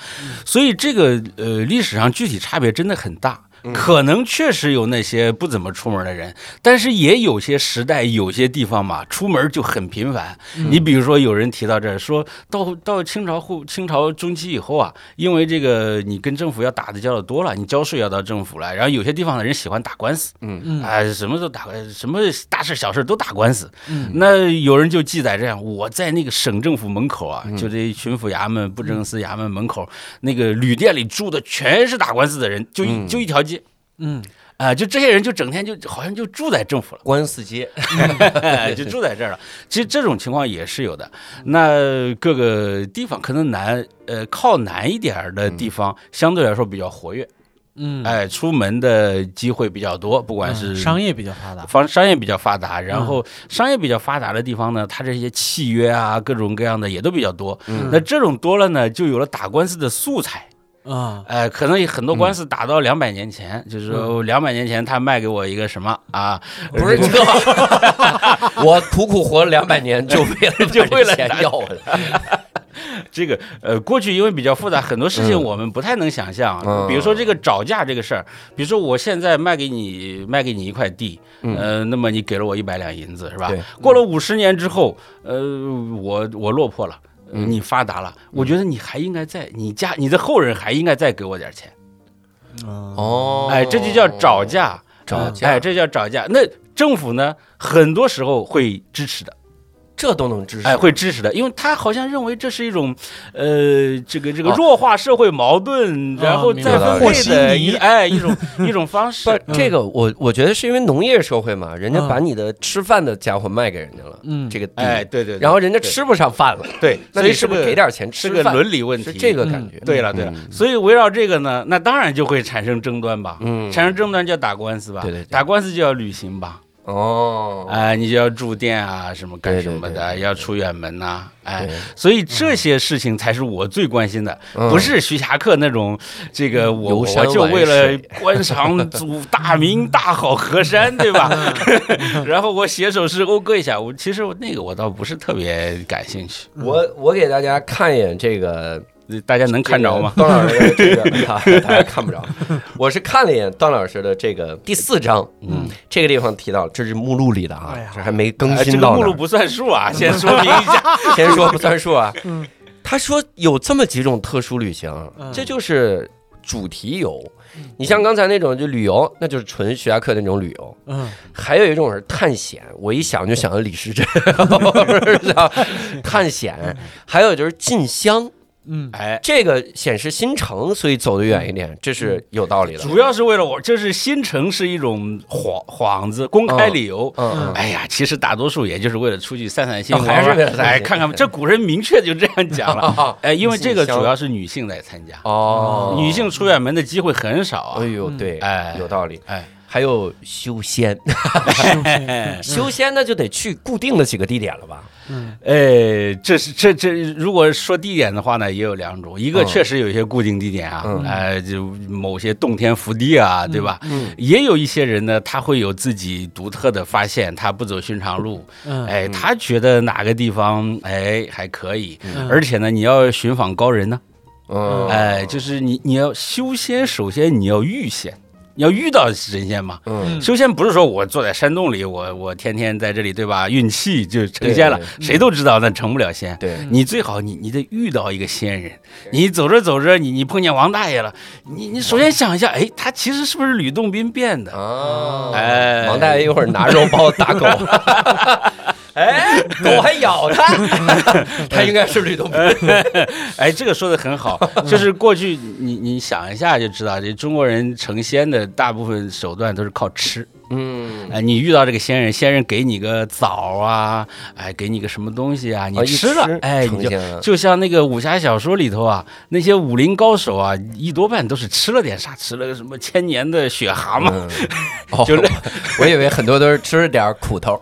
S3: 所以这个呃历史上具体差别真的很大。可能确实有那些不怎么出门的人，但是也有些时代、有些地方嘛，出门就很频繁。你比如说，有人提到这儿说到到清朝后、清朝中期以后啊，因为这个你跟政府要打的交道多了，你交税要到政府来，然后有些地方的人喜欢打官司，
S4: 嗯
S3: 啊、什么都打，什么大事小事都打官司。
S4: 嗯
S3: 那有人就记载这样，我在那个省政府门口
S4: 嗯
S3: 啊，就这巡抚衙门、布政司衙门门口那个旅店里住的全是打官司的人，就一就一条街
S4: 嗯，
S3: 啊、就这些人就整天就好像就住在 政府了。
S6: 官司街，
S3: 哎，就住在这儿了。其实这种情况也是有的。
S4: 嗯
S3: 那各个地方可能南，呃，靠南一点儿的地方，相对来说比较活跃，
S4: 嗯，
S3: 哎，出门的机会比较多，不管是
S4: 嗯商业比较发达，
S3: 方商业比较发达，然后商业比较发达的地方呢，它这些契约啊，各种各样的也都比较多。
S6: 嗯
S3: 那这种多了呢，就有了打官司的素材。
S4: 啊，
S3: 哎，可能很多官司打到两百年前，就是说两百年前他卖给我一个什么啊，
S6: 不 是这，我苦苦活了两百年，就为 了
S3: 就为
S6: 把
S3: 了
S6: 这钱要我的，
S3: 这个呃，过去因为比较复杂，很多事情我们不太能想象。啊
S6: 嗯
S3: 比如说这个找价这个事儿，比如说我现在卖给你卖给你一块地，呃，那么你给了我一百两银子是吧
S6: 嗯对？
S3: 过了五十年之后，呃，我我落魄了。呃
S6: 嗯
S3: 你发达了，我觉得你还应该再，你家你的后人还应该再给我点钱，
S6: 哦
S3: 哎，这就叫找价，
S6: 找价
S3: 哎，这叫找价。那政府呢，很多时候会支持的，
S6: 这都能支持，
S3: 哎，会支持的，因为他好像认为这是一种，呃，这个这个
S6: 哦
S3: 弱化社会矛盾，
S4: 哦
S3: 然后
S4: 明
S6: 白
S3: 再
S6: 了
S3: 分
S4: 和
S3: 配
S4: 稀
S3: 的
S4: 泥
S3: 一哎一种一种方 式
S6: 不。，
S4: 嗯
S6: 这个我我觉得是因为农业社会嘛，人家把你的吃饭的家伙卖给人家了，
S4: 嗯
S6: 这个地，
S3: 哎，对对，对
S6: 然后人家吃不上饭了，
S3: 对，
S6: 那
S3: 所以
S6: 你是不是
S3: 个
S6: 给点钱吃
S3: 是个
S6: 饭
S3: 伦理问题？
S6: 是
S3: 嗯
S6: 这个感觉？
S3: 对了对了，所以围绕这个呢，那当然就会产生争端吧。
S6: 嗯
S3: 产生争端就要打官司吧，
S6: 对对对
S3: 打官司就要旅行吧，
S6: 哦，
S4: 嗯
S3: 哎，你就要住店啊，什么干
S6: 对
S3: 什
S6: 对
S3: 么
S6: 对
S3: 的，要出远门呐、哎
S6: 对，
S3: 所以这些事情才是我最关心的，
S6: 嗯
S3: 不是徐霞客那种这个我
S6: 游
S3: 我
S6: 山
S3: 就
S6: 玩
S3: 为了
S6: 水
S3: 观赏祖大明大好河山，对吧？
S6: 嗯
S3: 然后我写首诗讴歌一下，我其实我那个我倒不是特别感兴趣，
S6: 我我给大家看一眼这个
S3: 大家能看着吗？？
S6: 段老师的这个啊大家看不着， 我是看了一眼段老师的这个第四章，嗯，这个地方提到，这是目录里的啊
S4: 哎呀，
S6: 这还没更
S3: 哎这
S6: 新
S3: 个
S6: 到
S3: 目
S6: 呢
S3: 录。不算数啊，先说明一下。
S6: 先说不算数啊，他说有这么几种特殊旅行，
S4: 嗯
S6: 这就是主题游。
S3: 嗯
S6: 你像刚才那种就旅游，那就是纯徐霞客那种旅游。
S4: 嗯，
S6: 还有一种是探险，我一想就想到李时珍， 探
S3: 嗯
S6: 险。还有就是进香，
S4: 嗯，
S3: 哎，
S6: 这个显示心诚，所以走得远一点，这是有道理的。
S3: 嗯主要是为了我，就是新城是一种幌幌子，公开理由。
S6: 嗯嗯
S3: 哎呀，其实大多数也就是为了出去散散心，
S6: 哦还是
S3: 玩玩
S6: 为了散散心。
S3: 哎，看看吧这古人明确就这样讲了 哎，因为这个
S6: 女性
S3: 主要是女性在参加，
S6: 啊哦，
S3: 女，性出远门的机会很少
S6: 哎
S3: 啊。
S6: 呦，对，
S3: 哎
S6: 有道理。
S3: 哎，
S6: 还有修 仙，修仙那就得去固定的几个地点了吧？
S3: 哎，这是这这，如果说地点的话呢，也有两种，一个
S6: 嗯
S3: 确实有一些固定地点啊，
S6: 嗯
S3: 哎，就某些洞天福地啊，对吧？也有一些人呢，他会有自己独特的发现，他不走寻常路，
S4: 嗯
S3: 哎，他觉得哪个地方哎还可以，
S4: 嗯
S3: 而且呢，你要寻访高人呢，
S6: 嗯
S3: 哎哎，就是你你要修仙，首先你要遇仙，你要遇到神仙嘛。
S6: 嗯，
S3: 修仙不是说我坐在山洞里，我我天天在这里，对吧？运气就成仙了，谁都知道那成不了仙。
S6: 嗯对，
S3: 你最好你你得遇到一个仙人，你走着走着，你你碰见王大爷了，你你首先想一下，哎，他其实是不是吕洞宾变的？
S6: 啊，
S3: 哎
S6: 王大爷一会儿拿肉包打 狗，哎，狗还咬他，他应该是吕洞宾，
S3: 哎，这个说的 很好，
S6: 嗯
S3: 就是过去你你想一下就知道，这中国人成仙的大部分手段都是靠吃。
S6: 嗯，
S3: 哎，你遇到这个仙人，仙人给你个枣啊，哎，给你个什么东西啊，你
S6: 哦一
S3: 吃了，
S6: 吃
S3: 哎，
S6: 成
S3: 你就
S6: 仙了
S3: 就像那个武侠小说里头啊，那些武林高手啊，一多半都是吃了点啥，吃了个什么千年的雪蛤蟆，
S6: 嗯哦
S3: 就，
S6: 我以为很多都是吃点儿苦头，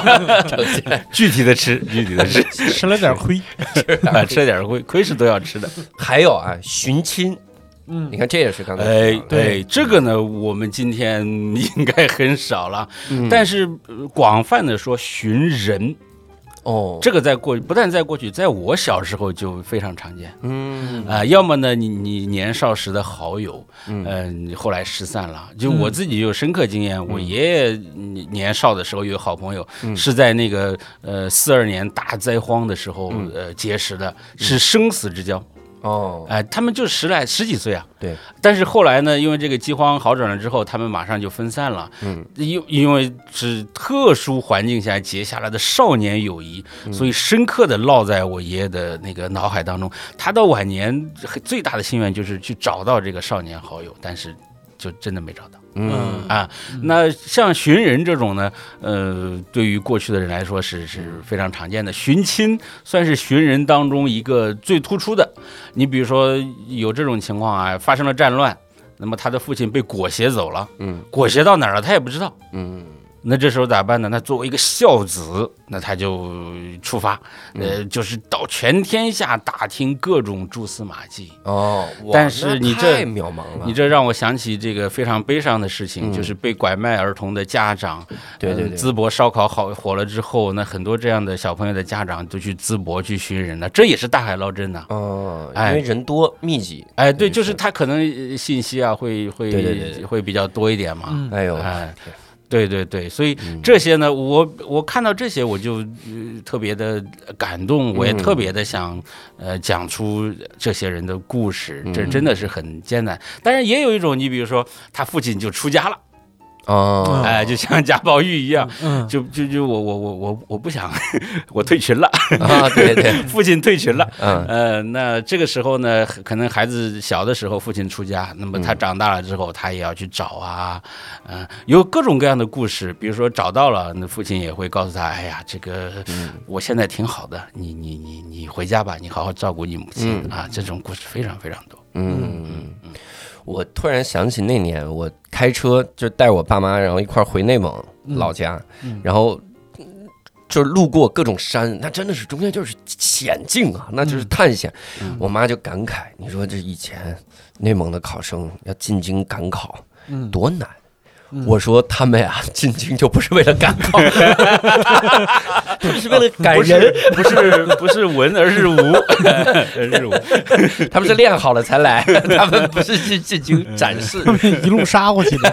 S6: 成仙
S3: 具体的吃，具体的吃，
S4: 吃了点亏，
S3: 啊吃了点亏，亏是都 要吃的。
S6: 还有啊，寻亲，
S4: 嗯
S6: 你看这也是刚才
S3: 哎
S6: 讲的，
S3: 对这个呢，我们今天 应该很少了，
S6: 嗯
S3: 但是、呃广泛的说寻人，
S6: 哦，
S3: 这个在过不但在过去，在我小时候就非常常见。
S6: 嗯
S3: 啊、要么呢，你你年少时的好友，嗯、
S6: 嗯
S3: 你后来失散了。就我自己有深刻经验，我爷爷嗯年少的时候有好朋友，是在那个呃四二年大灾荒的时候、呃结识的，是生死之交。
S6: 哦，
S3: 哎、他们就十来十几岁啊。
S6: 对。
S3: 但是后来呢，因为这个饥荒好转了之后，他们马上就分散了。
S6: 嗯。
S3: 因因为是特殊环境下结下来的少年友谊，
S6: 嗯
S3: 所以深刻的烙在我爷爷的那个脑海当中。他到晚年最大的心愿就是去找到这个少年好友，但是就真的没找到。
S6: 嗯
S4: 嗯
S3: 啊，那像寻人这种呢，呃，对于过去的人来说是是
S6: 嗯
S3: 非常常见的。寻亲算是寻人当中一个最突出的。你比如说有这种情况啊，发生了战乱，那么他的父亲被裹挟走了，
S6: 嗯，
S3: 裹挟到哪儿了他也不知道。
S6: 嗯
S3: 那这时候咋办呢？那作为一个孝子，那他就出发，
S6: 嗯
S3: 呃，就是到全天下打听各种蛛丝马迹。
S6: 哦，哇
S3: 但是你
S6: 那
S3: 这
S6: 太渺茫了，
S3: 你这让我想起这个非常悲伤的事情，
S6: 嗯
S3: 就是被拐卖儿童的家长，
S6: 对对
S3: 呃
S6: 对
S3: 淄博烧烤好火了之后，那很多这样的小朋友的家长都去淄博去寻人了，这也是大海捞针呐、
S6: 哦，因
S3: 哎
S6: 为人多密集，
S3: 哎，对，
S6: 对
S3: 就是
S6: 是
S3: 他可能呃信息啊，会会
S6: 对对对对
S3: 会比较多一点嘛。
S4: 嗯
S6: 哎呦，
S3: 哎
S6: 天，
S3: 对对对，所以
S6: 嗯
S3: 这些呢，我我看到这些我就、呃特别的感动，我也
S6: 嗯
S3: 特别的想、呃讲出这些人的故事，这
S6: 嗯
S3: 真的是很艰难。当然也有一种，你比如说他父亲就出家了，
S6: 哦，
S3: 哎、就像贾宝玉一样，
S4: 嗯，
S3: 就就就我我我我我不想，我退群了，
S6: 啊，对对，
S3: 父亲退群了。
S6: 嗯，
S3: 呃，那这个时候呢，可能孩子小的时候父亲出家，那么他长大了之后，他也要去找啊，嗯、有各种各样的故事。比如说找到了，那父亲也会告诉他，哎呀，这个我现在挺好的，你你你你回家吧，你好好照顾你母亲、啊。这种故事非常非常多。
S6: 嗯，我突然想起那年我开车就带我爸妈，然后一块儿回内蒙老家，
S3: 嗯
S6: 然后。就路过各种山，那真的是中间就是险境啊，那就是探险。
S3: 嗯
S6: 我妈就感慨：“你说这以前内蒙的考生要进京赶考，
S4: 嗯
S6: 多难。
S3: 嗯
S6: 我说他们呀，进京就不是为了赶 考，他们是为了赶
S3: 哦不
S6: 哎人
S3: 是，不是不是文，而是武， 而是武。
S6: 他们是练好了才来，他们不是去进京展示。
S4: 一路杀过去的，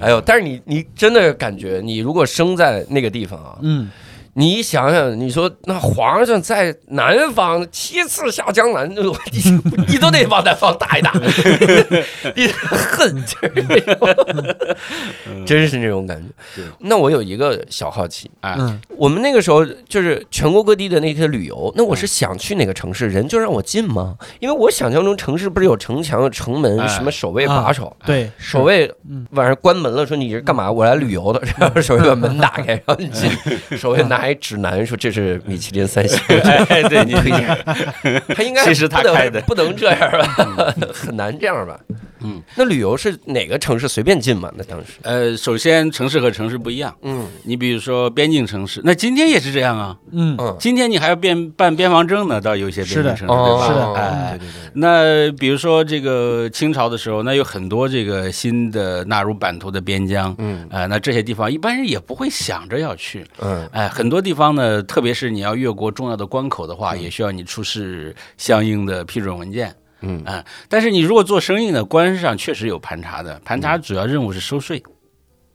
S6: 哎呦，但是你你真的感觉，你如果生在那个地方啊，
S4: 嗯，
S6: 你一想想，你说那皇上在南方七次下江南， 我你你都得往南方打一 打，你恨劲儿那种， 真是那种感觉
S3: 对。
S6: 那我有一个小好奇，
S3: 哎
S4: 嗯
S6: 我们那个时候就是全国各地的那些旅游，那我是想去哪个城市，人就让我进吗？因为我想象中城市不是有城墙、有城门、
S3: 哎
S6: 什么守卫
S4: 啊
S6: 把守。
S4: 对，
S6: 守卫
S4: 嗯
S6: 晚上关门了，说你是干
S3: 嗯
S6: 嘛？我来旅游的。 然后守卫把门打开，然后你进。 守卫拿一指南说这是米其林三 星，
S3: 哎，对你
S6: 推荐。 他应该
S3: 其实他
S6: 不能
S3: 开的
S6: 不能这样吧？很难这样吧？
S3: 嗯，
S6: 那旅游是哪个城市随便进嘛？那当时，
S3: 呃，首先城市和城市不一样，
S6: 嗯
S3: 你比如说边境城市，那今天也是这样啊。
S4: 嗯
S6: 嗯，
S3: 今天你还要变办边防证呢，到有一些边境城市，对
S6: 哦
S3: 吧？
S4: 是的嗯
S3: 哎
S6: 对对对，
S3: 那比如说这个清朝的时候，那有很多这个新的纳入版图的边疆，
S6: 嗯
S3: 呃，那这些地方一般人也不会想着要去，
S6: 嗯。
S3: 哎，很多地方呢，
S4: 嗯
S3: 特别是你要越过重要的关口的话，也需要你出示相应的批准文件。
S6: 嗯
S3: 啊、但是你如果做生意呢，官司上确实有盘查的，盘
S4: 嗯
S3: 查主要任务是收税，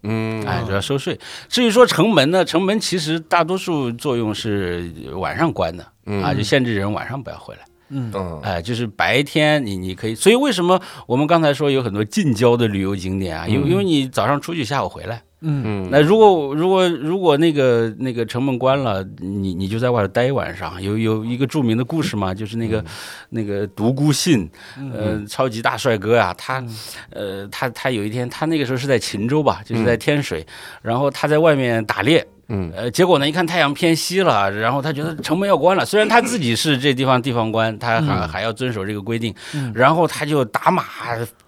S6: 嗯
S3: 哎，主要收税。至于说城门呢，城门其实大多数作用是晚上关的啊，就限制人晚上不要回来。
S4: 嗯
S6: 嗯
S3: 哎，就是白天你你可以，所以为什么我们刚才说有很多近郊的旅游景点啊？因为因为你早上出去，下午回来。
S4: 嗯
S6: 嗯
S3: 那如果如果如果那个那个城门关了，你你就在外头待一晚上。有有一个著名的故事
S6: 嗯
S3: 嘛，就是那个、那个独孤信，呃，超级大帅哥啊，他
S6: 嗯
S3: 呃他他有一天他那个时候是在秦州吧，就是在天水，然后他在外面打猎。
S6: 嗯
S3: 呃，结果呢？一看太阳偏西了，然后他觉得城门要关了。虽然他自己是这地方地方官，他还、
S6: 嗯
S3: 还要遵守这个规定。然后他就打马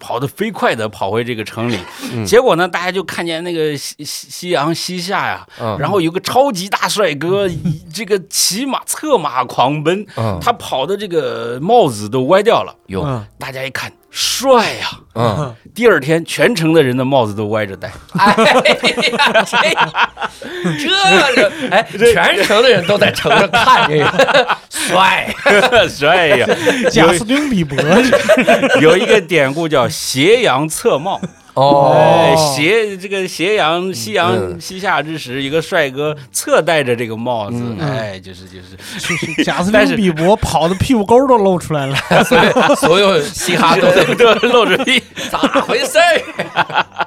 S3: 跑得飞快地跑回这个城里。
S6: 嗯
S3: 结果呢，大家就看见那个夕夕夕阳西下呀，
S6: 嗯
S3: 然后有个超级大帅 哥，以这个骑马策马狂奔，
S6: 嗯
S3: 他跑的这个帽子都歪掉了。
S6: 有
S4: 嗯
S3: 大家一看，帅呀、
S6: 嗯
S3: 第二天，全城的人的帽子都歪着戴。
S6: 哎呀，这这个哎，全城的人都在城上看这个， 帅，
S3: 帅 呀！
S4: 贾斯汀比伯，
S3: 有一个典故叫“斜阳侧帽”，哎，
S6: 哦，
S3: 斜这个斜阳夕阳
S6: 嗯
S3: 西下之时，一个帅哥侧戴着这个帽子，
S6: 嗯
S3: 哎，就是就是，
S4: 贾斯
S3: 但
S4: 汀
S3: 是
S4: 比伯跑的屁股沟都露出来了。
S6: 所有所有嘻哈都在，
S3: 都露着屁，
S6: 咋回事儿？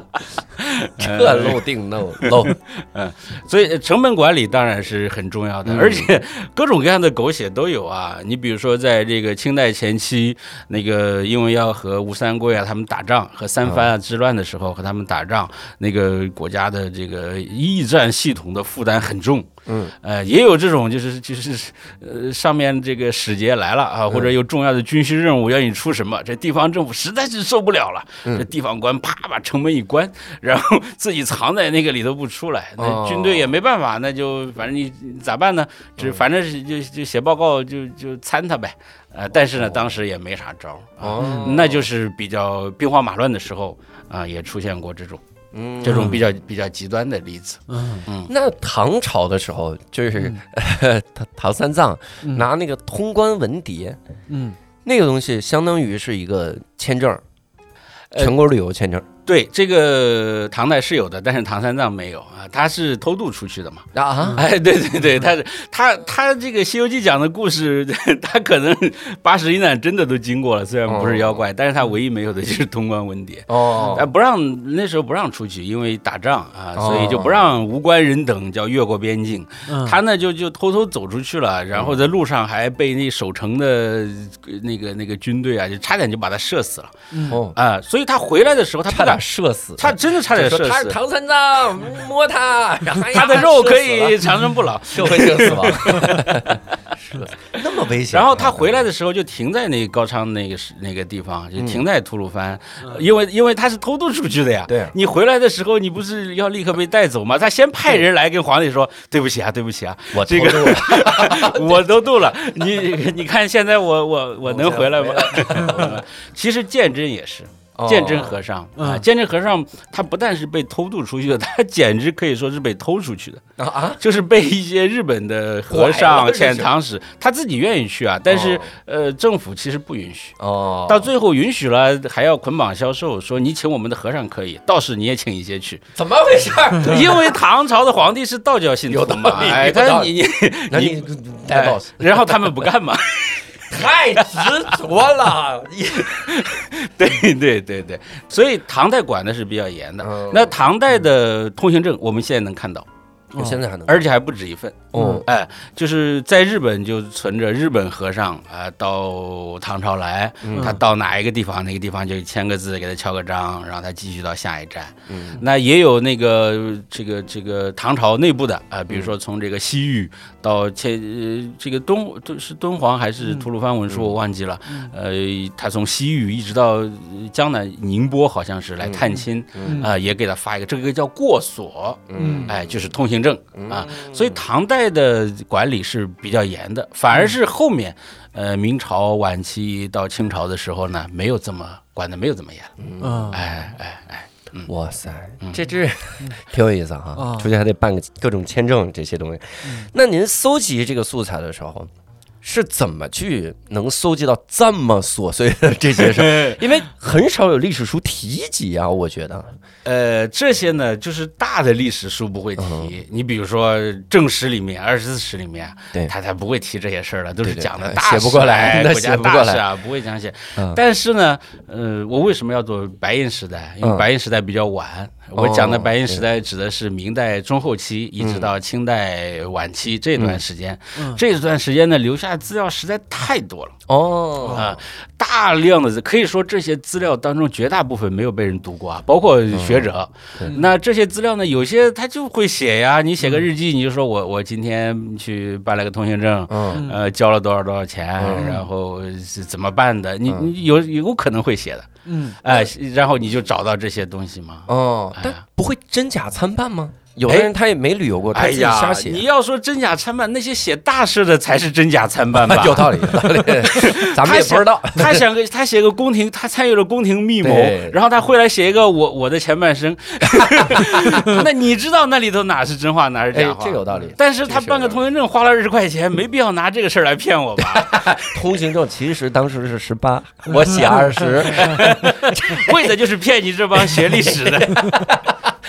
S6: 这漏定漏漏，
S3: 嗯所以成本管理当然是很重要的，而且各种各样的狗血都有啊。你比如说，在这个清代前期，那个因为要和吴三桂啊他们打仗，和三藩啊之乱的时候和他们打仗，那个国家的这个驿站系统的负担很重。
S6: 嗯，
S3: 呃，也有这种就是就是呃上面这个使节来了啊，或
S6: 嗯
S3: 者有重要的军需任务要你出什么，这地方政府实在是受不了了，
S6: 嗯
S3: 这地方官啪把城门一关，然后 自己藏在那个里头不出来，那
S6: 哦
S3: 军队也没办法，那就反正你你咋办呢？只反正是就就写报告就就参他呗，呃，但是呢，当时也没啥招儿啊，
S6: 哦
S3: 那就是比较兵荒马乱的时候啊，也出现过这种
S6: 嗯
S3: 这种比较比较极端的例子。
S4: 嗯
S6: 那唐朝的时候，就是、 唐唐三藏
S4: 嗯
S6: 拿那个通关文牒，
S4: 嗯
S6: 那个东西相当于是一个签证，
S3: 呃
S6: 全国旅游签证
S3: 对，这个唐代是有的，但是唐三藏没有啊，他是偷渡出去的嘛。
S6: 啊。
S3: 哎，对对对，他是他他这个《西游记》讲的故事， 他可能八十一难真的都经过了，虽然不是妖怪，但是他唯一没有的就是通关文牒。
S6: 哦
S3: 哎，不让那时候不让出去，因为打仗啊，
S6: 哦
S3: 所以就不让无关人等叫越过边境。
S4: 嗯，
S3: 他呢就就偷偷走出去了，然后在
S6: 嗯
S3: 路上还被那守城的呃那个那个军队啊，就差点就把他射死了
S6: 哦，
S3: 啊！所以他回来的时候，他不
S6: 差点
S3: 敢，
S6: 射死，
S3: 他真的差点
S6: 就
S3: 射
S6: 说
S3: 死。
S6: 他是唐三藏，摸他，然后哎呀
S3: 他的肉可
S6: 射死
S3: 以
S6: 了
S3: 长生不 老。
S6: 社会性死亡，射死那么危险。啊
S3: 啊然后他回来的时候就停在那高昌那个是那个地方，就停在吐鲁番，因为因为他是偷渡出去的呀。
S6: 对啊
S3: 你回来的时候你不是要立刻被带走吗？他先派人来跟皇帝说对不起啊，对不 起啊，
S6: 我
S3: 这
S6: 偷渡了
S3: 我都渡了，你 你看现在我我我能回来吗？ 其实鉴真也是。
S6: 哦
S3: 鉴真和尚啊，
S4: 嗯
S3: 鉴真和尚他不但是被偷渡出去的，他简直可以说是被偷出去的。
S6: 啊啊，
S3: 就是被一些日本的和
S6: 拐
S3: 尚、
S6: 了这是
S3: 遣唐使，他自己愿意去啊，但是
S6: 哦
S3: 呃，政府其实不允许。
S6: 哦，
S3: 到最后允许了，还要捆绑销售，说你请我们的和尚可以，道士你也请一些去，
S6: 怎么回事儿？
S3: 因为唐朝的皇帝是道教信
S6: 有
S3: 徒
S6: 道
S3: 嘛，
S6: 理
S3: 哎，
S6: 有道
S3: 他
S6: 理
S3: 你你
S6: 那你带 boss
S3: 哎然后他们不干嘛，
S6: 太执着了，
S3: 对对对对，所以唐代管的是比较严的
S6: 嗯。
S3: 那唐代的通行证我们现在能看到，
S6: 我现在还能
S3: 而且还不止一份，
S6: 哦
S3: 哎，就是在日本就存着日本和尚啊、到唐朝来，
S4: 嗯
S3: 他到哪一个地方，哪个地方就签个字，给他敲个章，然后他继续到下一站。
S6: 嗯
S3: 那也有那个这个这个唐朝内部的啊、比如说从这个西域到切呃这个敦敦是敦煌还是吐鲁番文书，我忘记了。
S4: 嗯
S3: 呃，他从西域一直到呃江南宁波，好像是来探亲啊、
S4: 嗯
S3: 也给他发一个这个叫过所。
S4: 嗯
S3: 哎，就是通行证啊，所以唐代的管理是比较严的，反而是后面，呃，明朝晚期到清朝的时候呢，没有这么管的，没有这么严。
S4: 嗯
S3: 哎哎哎，
S6: 哇塞，这这挺有意思哈
S4: 啊，
S6: 嗯出去还得办个各种签证这些东西。那您搜集这个素材的时候，是怎么去能搜集到这么琐碎的这些事 儿？因为很少有历史书提及啊，我觉得。
S3: 呃，这些呢，就是大的历史书不会提。
S6: 嗯
S3: 你比如说正史里面、二十四史里面，啊
S6: 对
S3: 他才不会提这些事儿了，都是
S6: 对对
S3: 讲的
S6: 对
S3: 大
S6: 写不过来
S3: 事哎
S6: 那
S3: 国
S6: 写
S3: 家
S6: 不
S3: 大
S6: 过
S3: 事
S6: 来
S3: 啊，不会讲写
S6: 嗯。
S3: 但是呢，呃，我为什么要做白银时代？因为
S6: 嗯
S3: 白银时代比较晚。我讲的
S6: 哦
S3: 白银时代指的是明代中后期一直
S6: 嗯
S3: 到清代晚期这段时间
S4: 嗯。
S3: 这段时间呢，留下的资料实在太多了。
S6: 哦
S3: 啊，大量的可以说这些资料当中绝大部分没有被人读过啊，包括学者。
S6: 嗯对
S3: 那这些资料呢，有些他就会写呀，你写个日记，你就说我我今天去办了个通行证。
S6: 嗯
S3: 呃，交了多少多少钱，
S6: 嗯
S3: 然后是怎么办的？你
S6: 嗯
S3: 你有有可能会写的，
S4: 嗯，
S3: 哎、然后你就找到这些东西嘛。
S6: 哦，
S3: 哎
S6: 但
S3: 呀
S6: 不会真假参半吗？哎有的人他也没旅游过，他
S3: 哎
S6: 自己瞎
S3: 呀，
S6: 写。
S3: 你要说真假参半，那些写大事的才是真假参 半吧？
S6: 哎有道理，有道理，咱们也不知道。
S3: 他想个他写个宫廷，他参与了宫廷密谋
S6: 对，
S3: 然后他会来写一个我我的前半 生。那你知道那里头哪是真话，哪是
S6: 哎
S3: 假，话？
S6: 这有道理。
S3: 但是他
S6: 这是有
S3: 办个
S6: 道理
S3: 通行证花了二十块钱，没必要拿这个事儿来骗我 吧？
S6: 通行证其实当时是十八， 我写二 十，
S3: 为的就是骗你这帮学历史的。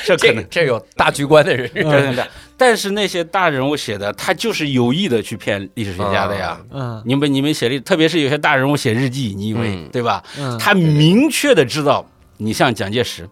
S3: 这可
S6: 这
S3: 能
S6: 这有大局观的人。
S3: 真的，但是那些大人物写的，他就是有意的去骗历史学家的呀。
S4: 嗯
S3: 你们你们写历，特别是有些大人物写日记，你以为、
S6: 嗯
S3: 对吧？
S4: 嗯，
S3: 他明确的知道，你像蒋介石，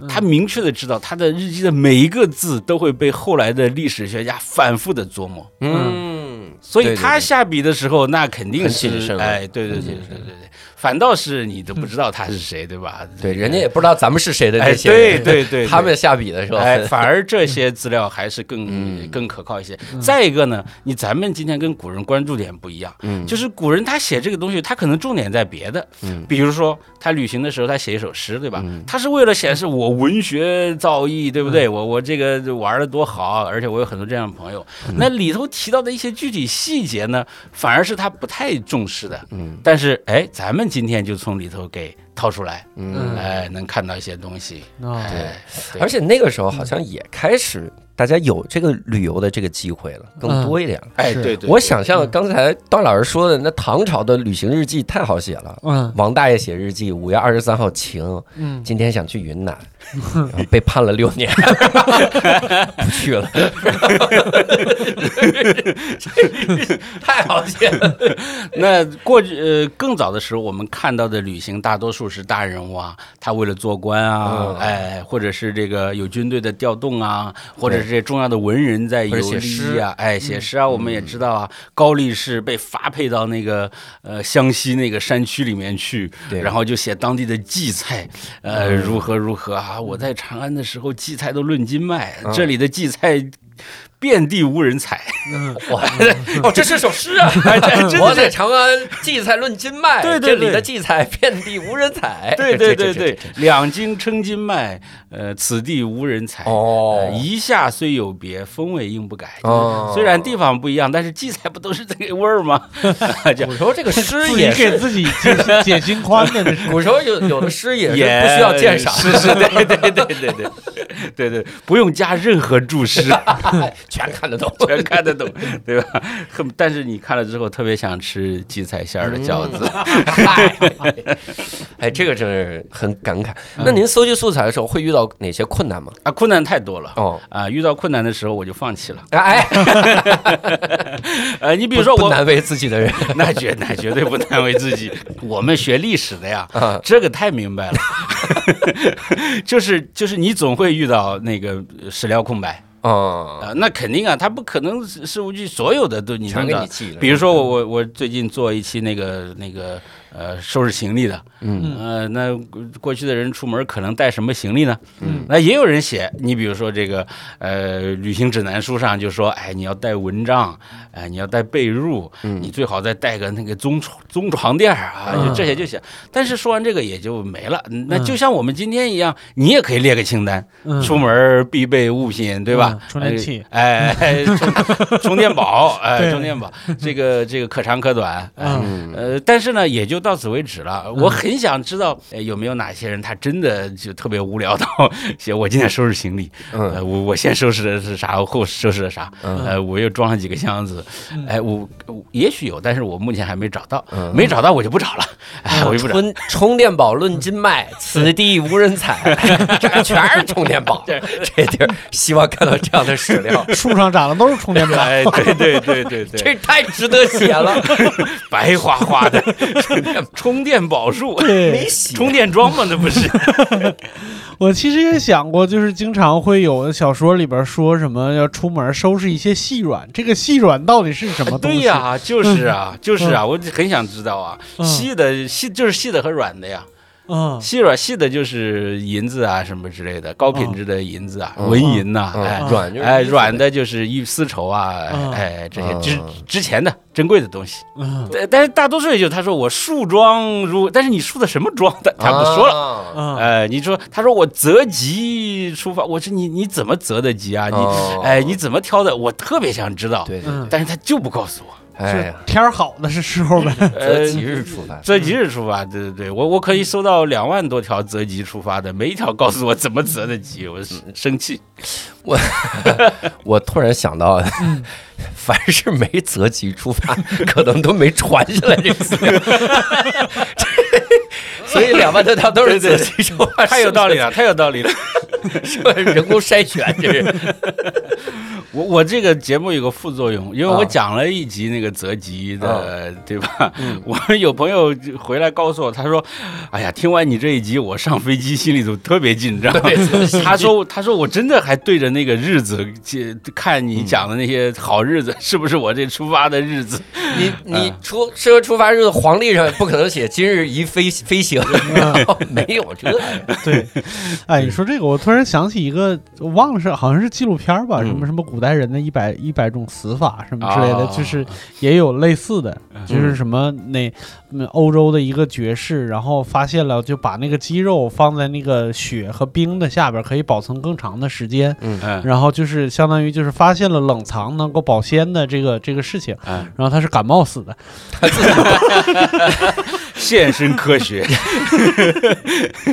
S4: 嗯
S3: 他明确的知道他的日记的每一个字都会被后来的历史学家反复的琢磨，
S6: 嗯，
S3: 所
S6: 对
S3: 以
S6: 对
S3: 他下笔的时候，那肯定
S6: 很谨
S3: 是
S6: 慎了
S3: 哎，对对
S6: 很
S3: 对对
S6: 谨
S3: 对对，对反倒是你都不知道他是谁，对吧？
S6: 对，嗯人家也不知道咱们是谁的
S3: 哎，
S6: 这些
S3: 对
S6: 人，
S3: 对对，
S6: 他们下笔的时候，
S3: 哎，反而这些资料还是更、
S6: 嗯
S3: 更可靠一些。
S4: 嗯
S3: 再一个呢，你咱们今天跟古人关注点不一样，
S6: 嗯
S3: 就是古人他写这个东西，他可能重点在别的，
S6: 嗯
S3: 比如说他旅行的时候，他写一首诗，对吧？
S6: 嗯
S3: 他是为了显示我文学造诣，对不对？我我这个玩的多好，而且我有很多这样的朋友。
S6: 嗯
S3: 那里头提到的一些具体细节呢，反而是他不太重视的。
S6: 嗯
S3: 但是哎，咱们今天就从里头给掏出来，
S6: 嗯，
S3: 哎，能看到一些东西。
S4: 啊
S3: 哎，对
S6: 而且那个时候好像也开始大家有这个旅游的这个机会了，更多一点了。
S3: 哎，
S4: 是
S3: 对对，
S6: 我想象刚才段老师说的那唐朝的旅行日记太好写了。
S4: 嗯
S6: 王大爷写日记，五月二十三号晴，
S4: 嗯，
S6: 今天想去云南，然后被判了六年， 不去了。 太好写了，
S3: 那过去呃更早的时候，我们看到的旅行大多数是大人物啊，他为了做官啊，
S6: 嗯
S3: 哎，或者是这个有军队的调动啊，或者是这些重要的文人在游
S6: 或者写嗯
S3: 历啊，哎，写诗啊，我们也知道啊，高力士被发配到那个呃湘西那个山区里面去，
S6: 对嗯
S3: 然后就写当地的荠菜，呃，如何如何啊，我在长安的时候荠菜都论斤卖，
S6: 嗯
S3: 这里的荠菜遍地无 人采， 哎
S6: 哇！哦，这是首诗啊！
S3: 嗯
S6: 我在长安荠菜论斤卖，
S3: 对对
S6: 这里的
S3: 对
S6: 荠菜遍地无人采。
S3: 对对对
S6: 这这这这
S3: 对，两京称斤卖，呃，此地无人采。
S6: 哦
S3: 呃一夏虽有别，风味应不改。
S6: 哦
S3: 哎虽然地方不一样，但是荠菜不都是这个味儿吗？ 就
S6: 哦古时候这个诗
S4: 自己
S6: 也是
S4: 给自己解解心宽的这是。
S6: 古时候有有的诗也
S3: 也
S6: 是
S3: 呃
S6: 不需要鉴赏，
S3: 是是，对对对对对对 对，不用加任何注释，
S6: 全看得懂。
S3: 全看得懂，对吧？恨但是你看了之后，特别想吃荠菜馅
S6: 嗯
S3: 儿的饺子。
S6: 嗨
S3: 嗯
S6: 哎，这个真是很感慨。那您搜集素材的时候会遇到哪些困难吗？
S3: 啊，困难太多了。
S6: 哦，
S3: 啊，遇到困难的时候我就放弃了。
S6: 哎，
S3: 呃，你
S6: 比
S3: 比如 说
S6: 不
S3: 我，
S6: 难为自己的人
S3: 那绝那绝对不难为自己。我们学历史的呀，
S6: 啊，
S3: 这个太明白了， 就是就是你总会遇到那个史料空白啊、
S6: 哦，
S3: 那肯定啊，他不可能事事无巨所有的都你
S6: 全
S3: 能
S6: 给
S3: 找
S6: 你。记了。嗯
S3: 比如说我我我最近做一期那个那个呃收拾行李的，
S6: 嗯
S3: 呃那过去的人出门可能带什么行李呢？
S4: 嗯
S3: 那也有人写，你比如说这个呃旅行指南书上就说，哎你要带蚊帐，哎你要带被褥，你
S6: 嗯，
S3: 最好再带个那个棕床棕床垫儿啊，
S4: 嗯
S3: 就这些就行。但是说完这个也就没了。那就像我们今天一样，你也可以列个清单，
S4: 嗯
S3: 出门必备物品，对吧
S4: 嗯？充电器
S3: 哎，哎，充 充电宝，哎，
S4: 对
S3: 充电宝，这个这个可长可短。哎
S6: 嗯
S4: 嗯
S3: 呃，但是呢，也就就到此为止了。我很想知道、呃有没有哪些人他真的就特别无聊到 写我今天收拾行李，呃，
S6: 嗯
S3: 我我先收拾的是啥，我后收拾的啥，
S6: 嗯
S3: 呃，我又装了几个箱子，
S4: 嗯
S3: 哎，我我也许有，但是我目前还没找到，
S6: 嗯
S3: 没找到我就不找了，
S4: 嗯
S3: 哎，我就不找。
S6: 充充电宝论斤卖，此地无人 采，这儿全是充电宝，这地儿希望看到这样的史料。
S4: 树上长的都是充电 宝。
S3: 哎，对对对对 对，
S6: 这太值得写了，
S3: 白花花 的充电宝树，
S4: 对，
S6: 写
S3: 充电桩嘛，那不是？
S4: 我其实也想过，就是经常会有小说里边说什么要出门收拾一些细软，这个细软到底是什么东西？
S3: 对呀、就是啊，就是啊，我就很想知道啊，
S4: 嗯
S3: 细的细就是细的和软的呀，
S4: 嗯，
S3: 细软细的就是银子啊什么之类的，高品质的银子啊，
S6: 嗯
S3: 纹银呐、哎。
S6: 嗯软就是
S3: 哎，软的就是一丝绸啊，
S4: 嗯
S3: 哎，这些
S6: 嗯
S3: 值值钱的、珍贵的东西。
S4: 嗯
S3: 但但是大多数也就他说我束装如，但是你束的什么 装？他他不说了。
S6: 了。
S4: 嗯
S3: 哎，你说他说我择吉出发，我说你你怎么择的吉啊？
S6: 哦
S3: 你哎你怎么挑的？我特别想知道，
S6: 对，对
S4: 嗯，
S3: 但是他就不告诉我。
S6: 哎呀，
S4: 天儿好的是时候 呗。
S6: 择
S3: 呃
S6: 吉日出发，
S3: 择吉日出发，对对对，我我可以收到两万多条择吉出发的，每一条告诉我怎么择的吉，我生生气。
S6: 我突然想到， 凡是没择吉出发，可能都没传下来这个资料。这所以两万多条都是择吉出发，
S3: 太有道理 了，太有道理了。
S6: 是不是，人工筛选这 是。
S3: 我我这个节目有个副作用，因为
S6: 啊
S3: 我讲了一集那个择吉的，对吧？
S6: 嗯
S3: 我有朋友就回来告诉我，他说：“哎呀，听完你这一集，我上飞机心里头特别紧张。”他说：“他说我真的还对着那个日子去看你讲的那些好日子，是不是我这出发的日子？
S6: 你你出适合出发日的黄历上不可能写今日宜飞飞行，然后 没有这个。
S4: 对，哎，你说这个，我突然想起一个，我忘了是好像是纪录片儿吧，
S6: 嗯
S4: 什么什么古代人的一百一百种死法什么之类的，
S3: 啊
S4: 就是也有类似的，就是什么那、嗯、欧洲的一个爵士，然后发现了就把那个鸡肉放在那个雪和冰的下边儿，可以保存更长的时间，
S3: 嗯
S4: 然后就是相当于就是发现了冷藏能够保鲜的这个这个事情，
S3: 嗯，
S4: 然后他是感冒死的，
S3: 现身 科学，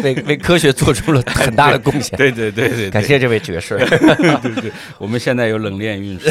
S6: 为为科学做出了很大的贡献。
S3: 对对对对，对
S6: 感谢这位爵士。
S3: 对对，我们现在有冷链运输，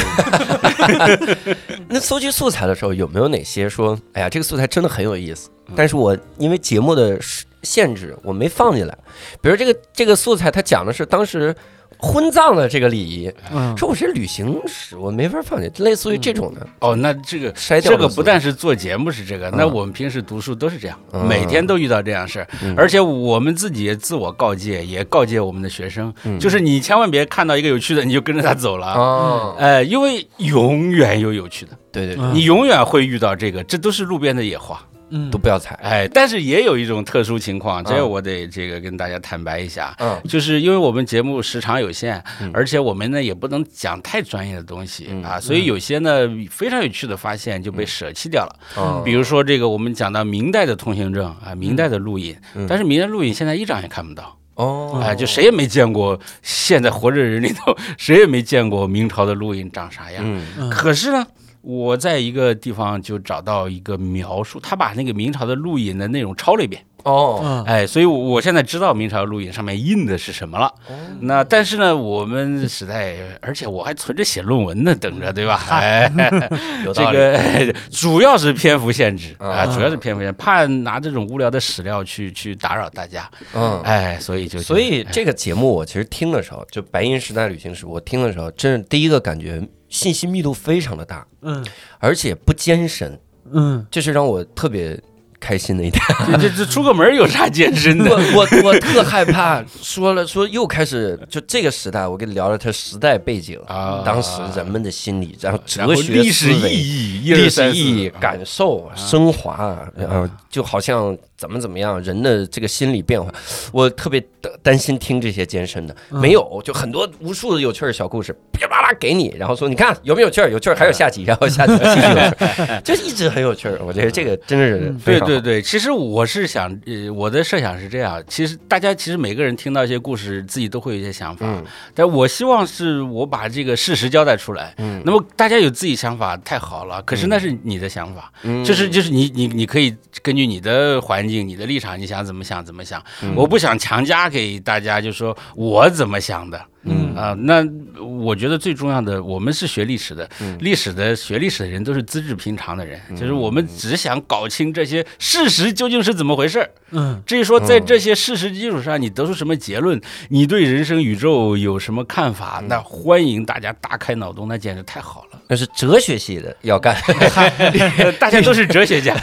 S6: 那搜集素材的时候，有没有哪些说，哎呀，这个素材真的很有意思，
S3: 嗯
S6: 但是我因为节目的限制，我没放进来。比如这个这个素材，它讲的是当时婚葬的这个礼仪，
S4: 嗯，
S6: 说我是旅行史，我没法放进，类似于这种的
S3: 哦，那这个
S6: 筛掉
S3: 这
S6: 的素材。
S3: 个不但是做节目是这个，
S6: 嗯
S3: 那我们平时读书都是这样，
S6: 嗯
S3: 每天都遇到这样事儿
S6: 嗯，
S3: 而且我们自己也自我告诫，也告诫我们的学生，
S6: 嗯
S3: 就是你千万别看到一个有趣的你就跟着他走了。
S6: 哦，
S3: 哎，因为永远有有趣的，
S6: 对对对，
S4: 嗯
S3: 你永远会遇到这个，这都是路边的野花。
S4: 嗯
S6: 都不要踩。
S3: 哎，但是也有一种特殊情况，
S6: 嗯
S3: 这个我得这个跟大家坦白一下，
S6: 嗯
S3: 就是因为我们节目时长有限
S6: 嗯，
S3: 而且我们呢也不能讲太专业的东西
S6: 嗯
S3: 啊，所以有些呢非常有趣的发现就被舍弃掉了。
S6: 嗯，
S3: 比如说这个我们讲到明代的通行证啊，明代的录影
S6: 嗯，
S3: 但是明代录影现在一张也看不到，
S6: 哦，
S3: 哎，就谁也没见过，现在活着人里头谁也没见过明朝的录影长啥样。
S6: 嗯
S4: 嗯
S3: 可是呢。我在一个地方就找到一个描述，他把那个明朝的录影的内容抄了一遍，
S6: 哦，
S4: 嗯
S3: 哎，所以我我现在知道明朝录影上面印的是什么了。
S6: 哦
S3: 那但是呢，我们时代，而且我还存着写论文呢，等着，对吧？哎，
S6: 有
S3: 这
S6: 道理。
S3: 个哎 主要是篇幅限制啊，
S6: 嗯
S3: 主要是篇幅限制，怕拿这种无聊的史料去去打扰大家，
S6: 嗯，
S3: 哎，所以就
S6: 所以这个节目我其实听的时候，就《白银时代旅行史》，我听的时候，真是第一个感觉信息密度非常的大，
S4: 嗯
S6: 而且不艰深，
S4: 嗯
S6: 这是让我特别开心的一点。
S3: 这这这出个门有啥健身
S6: 我
S3: 的？
S6: 我我特害怕，说了说又开始就这个时代，我跟你聊聊它时代背景
S3: 啊
S6: 当时人们的心理，然后
S3: 然后
S6: 哲学
S3: 历史
S6: 思维
S3: 意义、一
S6: 历
S3: 二
S6: 史
S3: 三四
S6: 意义、感受、升华，然后就好像怎么怎么样，人的这个心理变化，我特别担担心听这些艰深的，没有，就很多无数的有趣儿的小故事，噼里啪啦给你，然后说你看有没有趣儿，有趣儿，还有下集，然后下集继续有趣儿，就一直很有趣儿。我觉得这个真的是非
S3: 对
S6: 常好
S3: 对对，其实我是想，呃，我的设想是这样，其实大家其实每个人听到一些故事，自己都会有一些想法，
S6: 嗯
S3: 但我希望是我把这个事实交代出来。
S6: 嗯
S3: 那么大家有自己想法太好了，可是那是你的想法，
S6: 嗯
S3: 就是就是你你你可以根据你的环境、你的立场，你想怎么想怎么想。我不想强加给大家，就说我怎么想的。
S6: 嗯
S3: 啊、那我觉得最重要的，我们是学历史的，
S6: 嗯
S3: 历史的学历史的人都是资质平常的人，就是我们只想搞清这些事实究竟是怎么回事儿。
S4: 嗯
S3: 至于说在这些事实基础上，你得出什么结论，你对人生宇宙有什么看法，
S6: 嗯
S3: 那欢迎大家大开脑洞，那简直太好了。
S6: 那是哲学系的要干，
S3: 大家都是哲学家，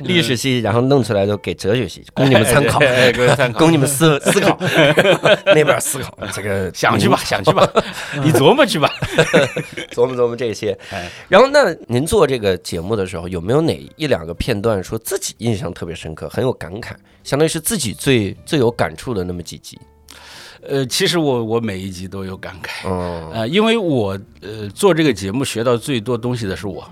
S6: 历史系，然后弄出来都给哲学系，供你们参考，
S3: 哎各位参考
S6: 供你们思思考，那边思考这个
S3: 想去吧，想去吧，
S6: 嗯
S3: 你琢磨去吧。
S6: 琢磨琢磨这些
S3: 哎。
S6: 然后，那您做这个节目的时候，有没有哪一两个片段说自己印象特别深刻，很有感慨，相当于是自己最最有感触的那么几 集？
S3: 呃，其实我我每一集都有感慨，
S6: 嗯，
S3: 呃，因为我呃做这个节目学到最多东西的是我，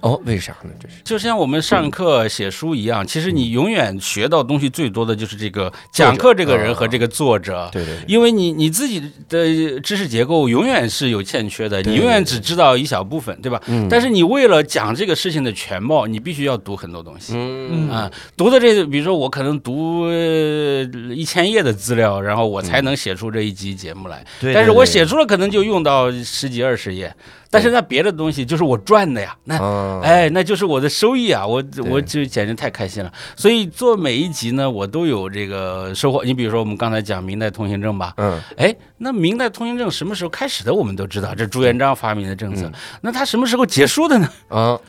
S6: 哦，为啥呢？这是
S3: 就像我们上课写书一样，其实你永远学到东西最多的就是这个讲课这个人和这个作者。
S6: 对对对，
S3: 因为你你自己的知识结构永远是有欠缺的，
S6: 对
S3: 你永远只知道一小部分，对吧？
S6: 嗯
S3: 但是你为了讲这个事情的全貌，你必须要读很多东西。
S6: 嗯
S3: 啊，读的这，比如说我可能读呃一千页的资料，然后我才能写出这一集节目来。
S6: 对
S3: 但是我写出了，可能就用到十几二十页。但是那别的东西就是我赚的呀，那
S6: 啊，
S3: 哎，那就是我的收益啊！我我就简直太开心了。所以做每一集呢，我都有这个收获。你比如说，我们刚才讲明代通行证吧，
S6: 嗯
S3: 哎，那明代通行证什么时候开始的？我们都知道，这朱元璋发明的政策。那它什么时候结束的呢？
S6: 啊，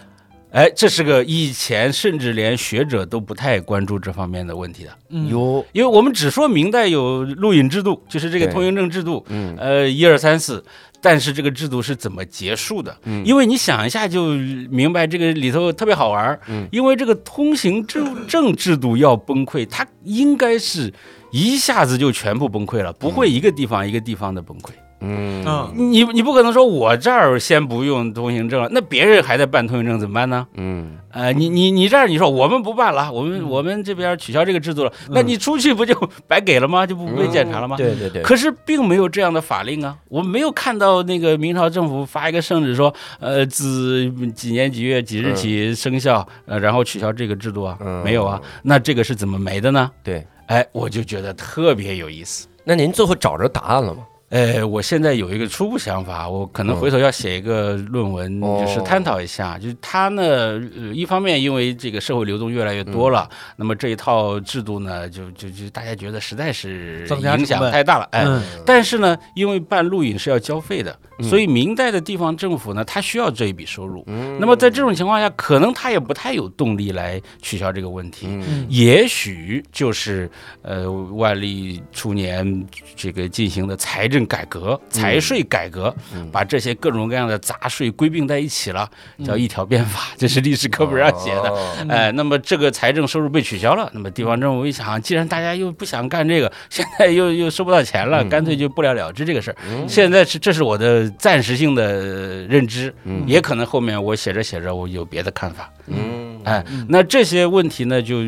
S3: 哎，这是个以前甚至连学者都不太关注这方面的问题的，
S4: 嗯，
S6: 有
S3: 因为我们只说明代有录影制度，就是这个
S6: 对
S3: 通行证制度，
S6: 嗯
S3: 呃，一二三四。但是这个制度是怎么结束的？
S6: 嗯
S3: 因为你想一下就明白，这个里头特别好玩儿。
S6: 嗯
S3: 因为这个通行证证制度要崩溃，它应该是一下子就全部崩溃了，不会一个地方一个地方的崩溃。
S6: 嗯
S4: 嗯
S3: 你你不可能说我这儿先不用通行证了，那别人还在办通行证怎么办呢？
S6: 嗯
S3: 呃，你你你这儿你说我们不办了，我们我们这边取消这个制度了，
S6: 嗯
S3: 那你出去不就白给了吗？就不被检查了吗？
S6: 对对对，
S3: 嗯可是并没有这样的法令啊，我没有看到那个明朝政府发一个圣旨说，呃，自几年几月几日起生效，呃，然后取消这个制度啊，
S6: 嗯
S3: 没有啊，那这个是怎么没的呢？
S6: 对。
S3: 哎，我就觉得特别有意思。
S6: 那您最后找着答案了吗？
S3: 哎，我现在有一个初步想法，我可能
S6: 嗯
S3: 回头要写一个论文，
S6: 哦
S3: 就是探讨一下，就是它呢，呃一方面因为这个社会流动越来越多了，那么这一套制度呢，就就就大家觉得实在是
S4: 增加
S3: 影
S4: 成
S3: 响
S4: 本
S3: 太大了，哎，
S4: 嗯
S3: 但是呢，因为办录影是要交费的，
S6: 嗯
S3: 所以明代的地方政府呢，它需要这一笔收入。
S6: 嗯
S3: 那么在这种情况下，可能他也不太有动力来取消这个问题。
S6: 嗯
S3: 也许就是呃，万历初年这个进行的财政改革、财税改革，
S6: 嗯
S3: 把这些各种各样的杂税归并在一起了，叫一条变法，这是历史课本上写的。
S6: 哦
S3: 哎，那么这个财政收入被取消了，那么地方政府一想，既然大家又不想干这个，现在又又收不到钱
S6: 嗯
S3: 了，干脆就不了了之这个事儿。现在是这是我的暂时性的呃认知，也可能后面我写着写着我有别的看法。
S6: 嗯，
S3: 哎，那这些问题呢，就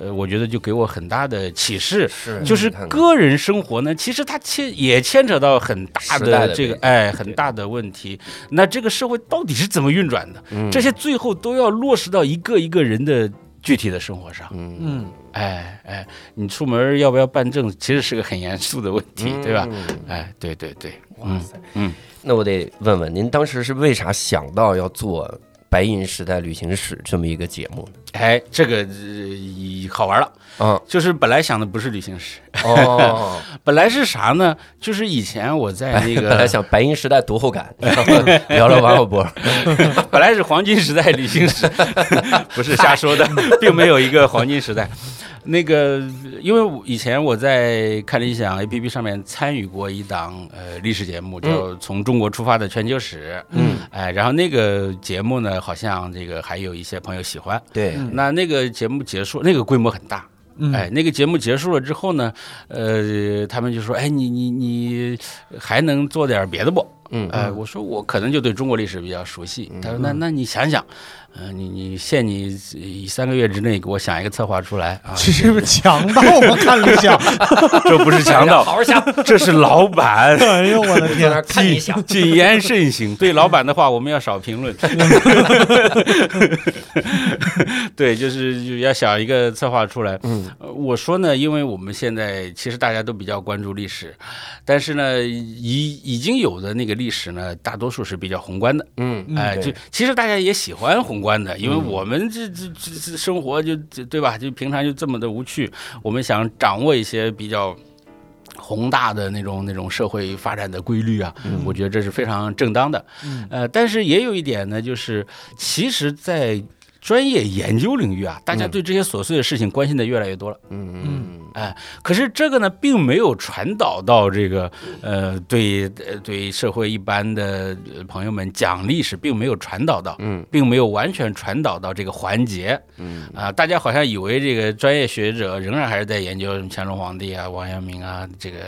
S3: 呃，我觉得就给我很大的启示。
S6: 是
S3: 就
S6: 嗯
S3: 是
S6: 你看看
S3: 个人生活呢，其实它牵也牵扯到很大
S6: 时代的
S3: 的这个
S6: 背景
S3: 哎很大的问题。那这个社会到底是怎么运转的？
S6: 嗯
S3: 这些最后都要落实到一个一个人的具体的生活上。
S4: 嗯，
S3: 哎哎，你出门要不要办证，其实是个很严肃的问题，对吧？哎，对对对，
S6: 嗯哇塞，
S3: 嗯，
S6: 那我得问问您，当时是为啥想到要做《白银时代旅行史》这么一个节目呢？
S3: 哎，这个、呃好玩了。
S6: 啊，
S3: 就是本来想的不是旅行史，
S6: 哦，
S3: 本来是啥呢？就是以前我在那 个
S6: 本来想《白银时代》读后感，然后聊聊王小波，
S3: 本 来是黄金时代旅行史，不是瞎说的，并没有一个黄金时代。那个，因为我以前我在看理想 APP 上面参与过一档呃历史节目，叫《从中国出发的全球史》。
S6: 嗯，
S3: 哎，然后那个节目呢，好像这个还有一些朋友喜欢。
S6: 对，
S3: 那那个节目结束，那个规模很大。哎，那个节目结束了之后呢，呃，他们就说：“哎，你你你还能做点别的不？”
S6: 嗯
S3: 哎，我说我可能就对中国历史比较熟悉。他说：“那那你想想，呃，你你限你呃三个月之内给我想一个策划出来啊
S4: 这是不是强盗吗？看理想，
S3: 这不是强
S6: 好
S3: 盗，
S6: 好想，
S3: 这是老板。”
S4: 哎呦我的
S6: 在那
S4: 天！
S6: 儿看一下。
S3: 谨言慎行，对老板的话我们要少评论。 对，就是就要想一个策划出来。
S6: 嗯
S3: 呃，我说呢，因为我们现在其实大家都比较关注历史，但是呢，已已经有的那个历史呢，大多数是比较宏观的。
S6: 嗯，
S3: 哎、
S6: 对嗯
S3: 就其实大家也喜欢宏观的，因为我们这这这这生活就这对吧？就平常就这么的无趣，我们想掌握一些比较。宏大的那种那种社会发展的规律啊，
S6: 嗯
S3: 我觉得这是非常正当的。呃，但是也有一点呢，就是其实，在专业研究领域啊，大家对这些琐碎的事情关心的越来越多了。
S6: 嗯
S3: 可是这个呢，并没有传导到这个呃，对呃对社会一般的呃朋友们讲历史，并没有传导到，
S6: 嗯，
S3: 并没有完全传导到这个环节，
S6: 嗯
S3: 啊、大家好像以为这个专业学者仍然还是在研究什么乾隆皇帝啊、王阳明啊这个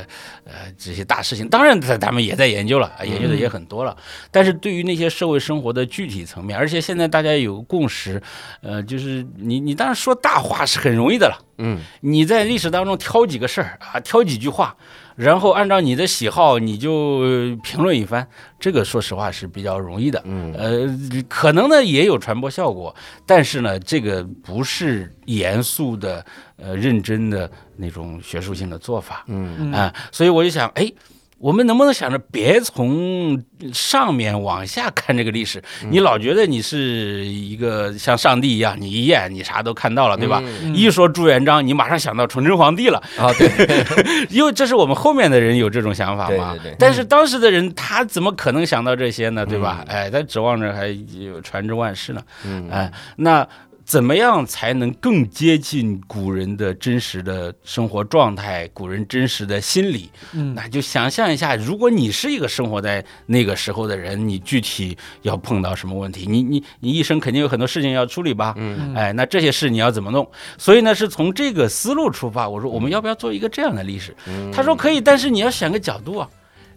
S3: 呃这些大事情，当然他他们也在研究了，
S6: 嗯
S3: 啊研究的也很多了，但是对于那些社会生活的具体层面，而且现在大家有个共识，呃，就是你你当然说大话是很容易的了。
S6: 嗯，
S3: 你在历史当中挑几个事儿啊，挑几句话，然后按照你的喜好你就呃评论一番，这个说实话是比较容易的。
S6: 嗯，
S3: 呃，可能呢也有传播效果，但是呢，这个不是严肃的、呃认真的那种学术性的做法。
S6: 嗯
S3: 啊，所以我就想，哎。我们能不能想着别从上面往下看这个历史？你老觉得你是一个像上帝一样，你一眼你啥都看到了，对吧？
S6: 嗯
S3: 一说朱元璋，你马上想到崇祯皇帝了，
S6: 啊，对，
S3: 因为这是我们后面的人有这种想法嘛。
S6: 对对对
S3: 但是当时的人他怎么可能想到这些呢？对吧？哎，他指望着还有传之万世呢。
S6: 嗯
S3: 哎，那怎么样才能更接近古人的真实的生活状态，古人真实的心理？
S4: 嗯
S3: 那就想象一下，如果你是一个生活在那个时候的人，你具体要碰到什么问题？你你你一生肯定有很多事情要处理吧？
S6: 嗯
S3: 哎，那这些事你要怎么弄？所以呢，是从这个思路出发，我说我
S6: 嗯
S3: 们要不要做一个这样的历史？他说可以，但是你要想个角度啊，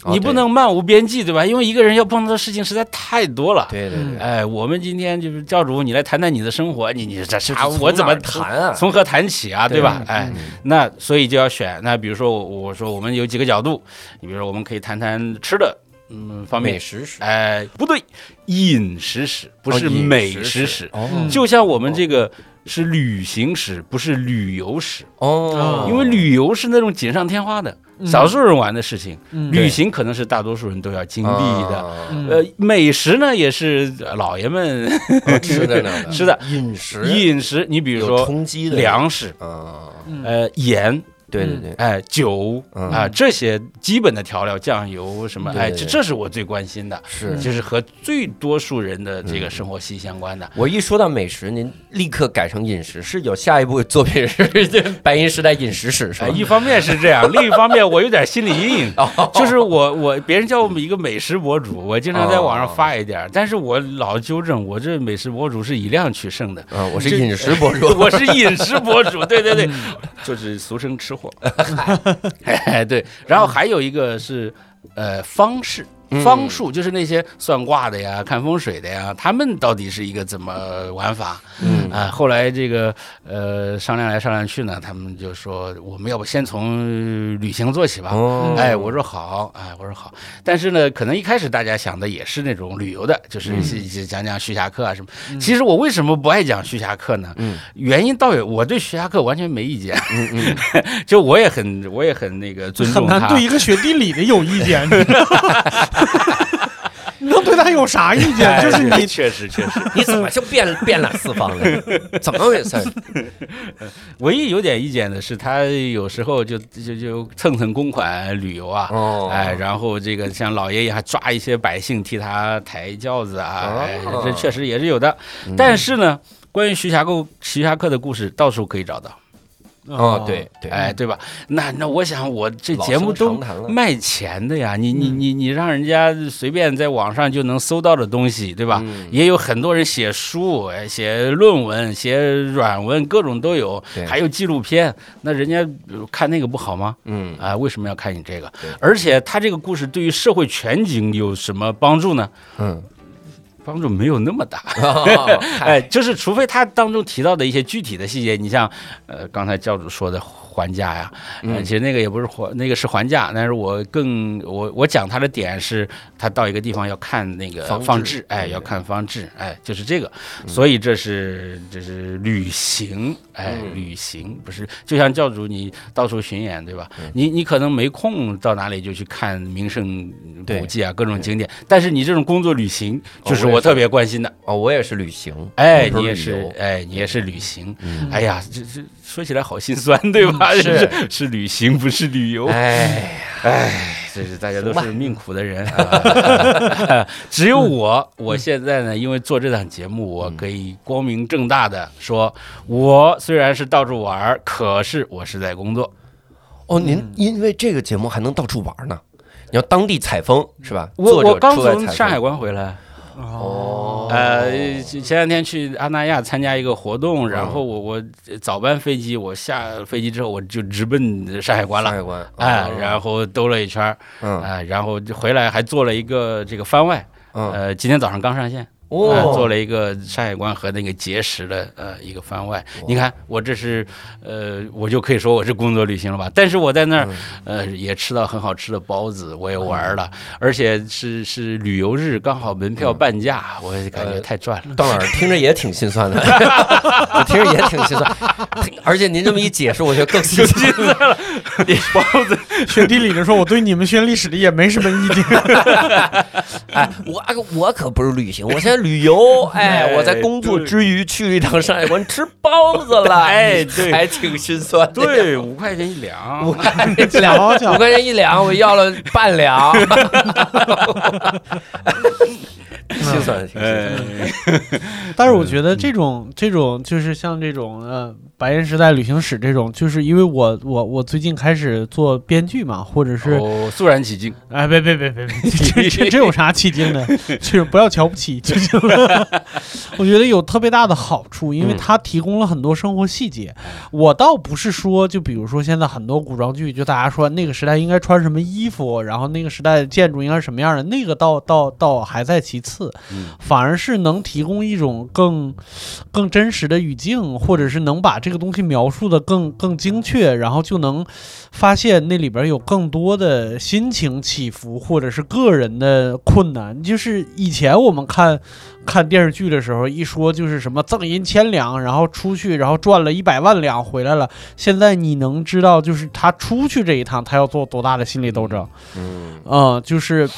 S6: 哦
S3: 你不能漫无边际，对吧？因为一个人要碰到的事情实在太多了。
S6: 对对对，
S3: 哎，我们今天就是教主，你来谈谈你的生活，你你这啥？我怎么
S6: 这从哪儿谈啊？
S3: 从何谈起啊？
S6: 对嗯
S3: 对吧？哎，那所以就要选。那比如说我我说我们有几个角度，你比如说我们可以谈谈吃的，嗯，方
S6: 美
S3: 面。
S6: 食史
S3: 哎，不对，饮食史不
S6: 哦
S3: 是
S6: 饮
S3: 美
S6: 食
S3: 食
S6: 史
S3: 史，
S6: 哦
S3: 就像我们这个是旅行史，不是旅游史，
S6: 哦，嗯
S3: 因为旅游是那种锦上添花的，少数人玩的事情，
S4: 嗯
S3: 旅行可能是大多数人都要经历
S6: 哦
S3: 的。
S6: 的
S4: 嗯
S3: 呃，美食呢也是呃老爷们
S6: 哦吃的呢，
S3: 吃的，
S6: 饮食
S3: 饮食你比如
S6: 有
S3: 说
S6: 冲击的
S3: 粮食，
S6: 啊，
S3: 呃，盐，
S6: 对对对，
S3: 哎，酒
S6: 嗯
S3: 啊，这些基本的调料，酱油什么，
S6: 对
S3: 哎，
S6: 对
S3: 这
S6: 对
S3: 这是我最关心的，
S6: 是嗯
S3: 就是和最多数人的这个生活息息相关的。
S6: 我一说到美食，您立刻改成饮食，是有下一部作品是 《白银时代饮食史》是
S3: 哎，
S6: 吧？
S3: 一方面是这样，另一方面我有点心理阴影，
S6: 哦
S3: 就是我我别人叫我们一个美食博主，我经常在网
S6: 哦
S3: 上发一点儿，但是我老纠正，我这美食博主是以量取胜的。
S6: 啊，我是
S3: 这
S6: 饮食博主，
S3: 我是饮食博主，对对对，就是俗称吃货。 哎，对，然后还有一个是呃方式。方术就是那些算卦的呀、看风水的呀，他们到底是一个怎么玩法？
S6: 嗯
S3: 啊，后来这个呃商量来商量去呢，他们就说我们要不先从呃旅行做起吧。
S6: 哦
S3: 哎， 我说好，哎，我说好。但是呢，可能一开始大家想的也是那种旅游的，
S6: 嗯
S3: 就是是是讲讲徐霞客啊什么。
S4: 嗯
S3: 其实我为什么不爱讲徐霞客呢？
S6: 嗯
S3: 原因倒有，我对徐霞客完全没意见，
S6: 嗯嗯，
S3: 就我也很我也很那个尊
S4: 很
S3: 重
S4: 难
S3: 他。
S4: 对一个学地理的有意见， 你知道吗你能对他有啥意见？
S3: 哎
S4: 就是你
S3: 确实确实，
S6: 你怎么就变变了四方了？怎么回事？
S3: 唯一有点意见的是他有时候就就就蹭蹭公款旅游啊，
S6: 哦，
S3: 哎，，然后这个像老爷爷还抓一些百姓替他抬轿子啊，哎
S6: 哦
S3: 这确实
S6: 嗯
S3: 也是有的。但是呢，关于徐霞客徐霞客的故事，到处可以找到。
S6: 哦，对对，
S3: 哎，对吧？那那我想，我这
S6: 老
S3: 节目
S6: 生
S3: 都
S6: 常谈了嗯
S3: 卖钱的呀，你你你你让人家随便在网上就能搜到的东西，对吧？
S6: 嗯
S3: 也有很多人写书、哎写论文、写软文，各种都有
S6: 对，
S3: 还有纪录片。那人家呃看那个不好吗？
S6: 嗯，
S3: 啊，为什么要看你这个
S6: 对？
S3: 而且他这个故事对于社会全景有什么帮助呢？
S6: 嗯，
S3: 帮助没有那么大。
S6: 哦
S3: 哎，就是除非他当中提到的一些具体的细节，你像呃刚才教主说的还价呀，呃
S6: 嗯
S3: 其实那个也不是还，那个是还价，但是我更我我讲他的点是，他到一个地方要看那个
S6: 方嗯
S3: 放
S6: 志
S3: 置，哎，
S6: 对
S3: 要看方志，哎，就是这个，所以这是这是旅行，哎，
S6: 嗯
S3: 旅行不是就像教主你到处巡演对吧？
S6: 嗯
S3: 你你可能没空到哪里就去看名胜
S6: 对嗯
S3: 古迹啊，各种景点，但是你这种工作旅行
S6: 哦
S3: 就是
S6: 我也
S3: 我
S6: 是
S3: 特别关心的。
S6: 哦，我也是旅行，
S3: 哎，
S6: 我不
S3: 你
S6: 是
S3: 也
S6: 旅
S3: 是
S6: 游，
S3: 哎，你也是旅行，哎呀，这这说起来好心酸，对吧？
S6: 嗯是
S3: 是旅行，不是旅游，
S6: 哎，
S3: 这是大家都
S6: 行吧
S3: 是命苦的人嗯啊。 只有我，我现在呢，因为做这档节目，我可以光明正大的说，我虽然是到处玩儿，可是我是在工作。
S6: 哦，您因为这个节目还能到处玩呢，你要当地采风是吧？
S3: 我
S6: 作者
S3: 我刚
S6: 出来
S3: 从
S6: 采
S3: 山海
S6: 风
S3: 关回来。
S6: 哦，
S3: 呃，前前两天去阿那亚参加一个活动，然后我我早班飞机，我下飞机之后我就直奔山海关了
S6: 山。海关，
S3: 哎，
S6: 哦
S3: 然后兜了一圈儿，
S6: 嗯
S3: 哎，然后就回来还做了一个这个番外，
S6: 嗯，
S3: 呃，今天早上刚上线，哎
S6: 哦，
S3: 做了一个山海关和那个碣石的呃一个番外。你看我这是呃，我就可以说我是工作旅行了吧？但是我在那儿呃也吃到很好吃的包子，我也玩了，而且是是旅游日，刚好门票半价，我感觉
S6: 呃
S3: 太赚了。
S6: 邓老师听着也挺心 酸的，我听着也挺心酸，听而且您这么一解释，我觉得更心 酸。
S4: 雪地里的说，我对你们学历史的也没什么意见。
S6: 哎，我我可不是旅行，我现在旅 游，哎，
S3: 哎
S6: 我在工作之余去了一趟山海关吃包子了，
S3: 哎对
S6: 还挺心酸的。
S3: 呃对， 五块钱一两，
S6: 五块 钱两
S4: 好巧
S6: 五块钱一两，我要了半 两，心酸挺心酸。
S3: 哎，
S4: 但是
S3: 嗯
S4: 我觉得这种这种就是像这种呃白银时代旅行史这种，就是因为我我我最近开始做编剧嘛，或者是
S3: 哦肃然起敬。
S4: 哎，别别别别别，这这这有啥起劲的？ 就是不要瞧不起就行了。 我觉得有特别大的好处，因为
S6: 嗯
S4: 它提供了很多生活细节。我倒不是说，就比如说现在很多古装剧，就大家说那个时代应该穿什么衣服，然后那个时代的建筑应该是什么样的，那个倒倒倒还在其次，
S3: 嗯
S4: 反而是能提供一种更更真实的语境，或者是能把这个东西描述的更更精确，然后就能发现那里边有更多的心情起伏，或者是个人的困难。就是以前我们看看电视剧的时候，一说就是什么赠银千两，然后出去，然后赚了一百万两回来了。现在你能知道，就是他出去这一趟，他要做多大的心理斗争？
S6: 嗯
S4: 嗯，就是。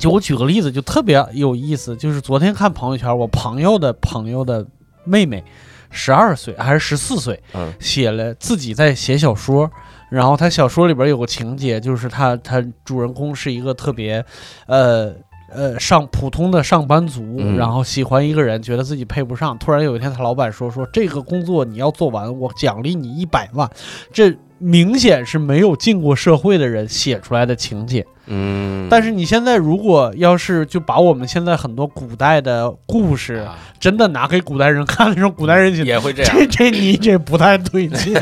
S4: 就我举个例子，就特别有意思，就是昨天看朋友圈，我朋友的朋友的妹妹，十二岁还是十四岁，
S6: 嗯
S4: 写了自己在写小说。然后他小说里边有个情节，就是他他主人公是一个特别，呃呃上普通的上班族，
S6: 嗯
S4: 然后喜欢一个人，觉得自己配不上。突然有一天，他老板说说这个工作你要做完，我奖励你一百万。这明显是没有进过社会的人写出来的情节。
S6: 嗯
S4: 但是你现在如果要是就把我们现在很多古代的故事
S3: 啊
S4: 真的拿给古代人看，那种古代人写
S3: 也会 这样，
S4: 这 这你这不太对 劲，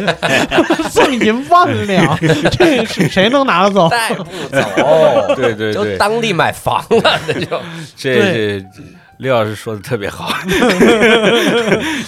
S4: 送银万两，这是谁能拿得走？
S6: 带不走，
S3: 哦对对
S6: 就
S3: 对，
S6: 当地买房了，那就
S3: 这这刘老师说的特
S6: ，
S3: 别好。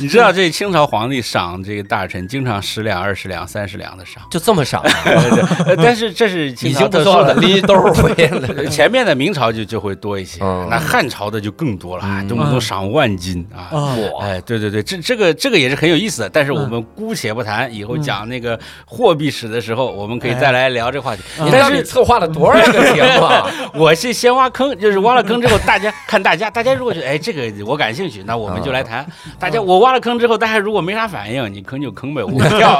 S3: 你知道这清朝皇帝赏这个大臣，经常十两、二十两、三十两的赏
S6: 就这么少，
S3: 呃但是这是
S6: 已
S3: 清朝
S6: 经不
S3: 特
S6: 错
S3: 殊
S6: 了，
S3: 的。
S6: 拎兜儿回来了。
S3: 前面的明朝就就会多一些，
S6: 嗯
S3: 那汉朝的就更多了，哎
S6: 嗯
S3: 动不动赏万金啊。
S4: 啊，
S6: 我
S3: 哎，对对对，这这个这个也是很有意思的，
S6: 嗯
S3: 但是我们姑且不谈，以后讲那个货币史的时候，我们可以
S6: 哎
S3: 再来聊这话题。
S6: 你
S3: 但
S6: 到
S3: 是
S6: 底策划了多少个节目啊？
S3: 我是先挖坑，就是挖了坑之后，大家看大家，大家如果觉得哎这个我感兴趣，那我们就来谈。
S6: 嗯
S3: 大家我挖了坑之后，大家如果没啥反应，你坑就坑呗，我不跳，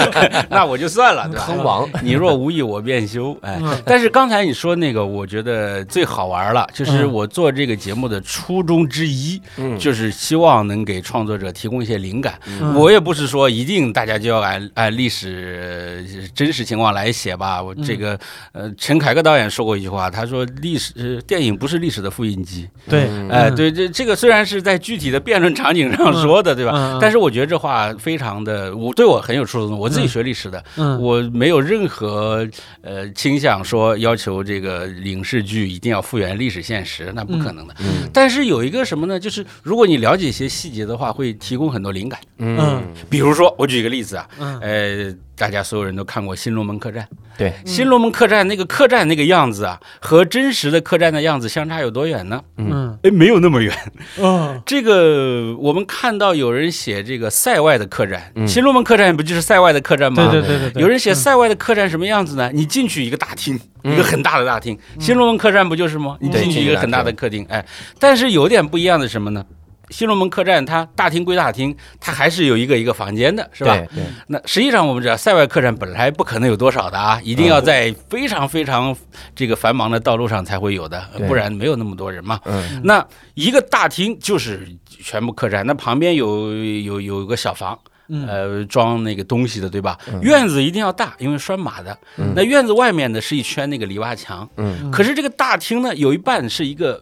S3: 那我就算了，对吧？
S6: 坑王，嗯
S3: 你若无意，我便休。哎，但是刚才你说那个，我觉得最好玩了，就是我做这个节目的初衷之一，
S6: 嗯
S3: 就是希望能给创作者提供一些灵感。
S4: 嗯
S3: 我也不是说一定大家就要按按历史呃真实情况来写吧。
S4: 嗯
S3: 我这个呃，陈凯歌导演说过一句话，他说历史呃电影不是历史的复印机。
S4: 对，
S3: 哎，
S4: 嗯
S3: 对，这这个虽然是在具体的辩论场景上说的，对吧？
S4: 嗯嗯
S3: 但是我觉得这话非常的，我对我很有触动。我自己学历史的，
S4: 嗯
S3: 我没有任何呃倾向说要求这个影视剧一定要复原历史现实，那不可能的。
S6: 嗯
S3: 但是有一个什么呢？就是如果你了解一些细节的话，会提供很多灵感。
S6: 嗯，
S3: 比如说，我举一个例子啊，
S4: 嗯
S3: 呃，大家所有人都看过《新龙门客栈》。
S6: 对，
S3: 新龙门客栈那个客栈那个样子啊，和真实的客栈的样子相差有多远呢？
S4: 嗯
S3: 哎，没有那么远。
S4: 嗯
S3: 这个我们看到有人写这个塞外的客栈，
S6: 嗯
S3: 新龙门客栈不就是塞外的客栈吗？
S4: 对对对对对，
S3: 嗯有人写塞外的客栈什么样子呢？你进去一个大厅，
S6: 嗯
S3: 一个很大的大厅，新龙门客栈不就是吗？你
S4: 嗯
S3: 嗯进去一个很大的客厅，哎，但是有点不一样的是什么呢？新龙门客栈它大厅归大厅，它还是有一个一个房间的，是吧？
S6: 对对，
S3: 那实际上我们知道，塞外客栈本来不可能有多少的啊，
S6: 嗯
S3: 一定要在非常非常这个繁忙的道路上才会有的，
S6: 对
S3: 不然没有那么多人嘛。
S6: 嗯
S3: 那一个大厅就是全部客栈，那旁边有有有个小房，
S4: 嗯
S3: 呃，装那个东西的，对吧
S6: 嗯？
S3: 院子一定要大，因为拴马的
S6: 嗯。
S3: 那院子外面呢是一圈那个篱笆墙，
S6: 嗯
S3: 可是这个大厅呢有一半是一个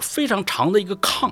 S3: 非常长的一个炕，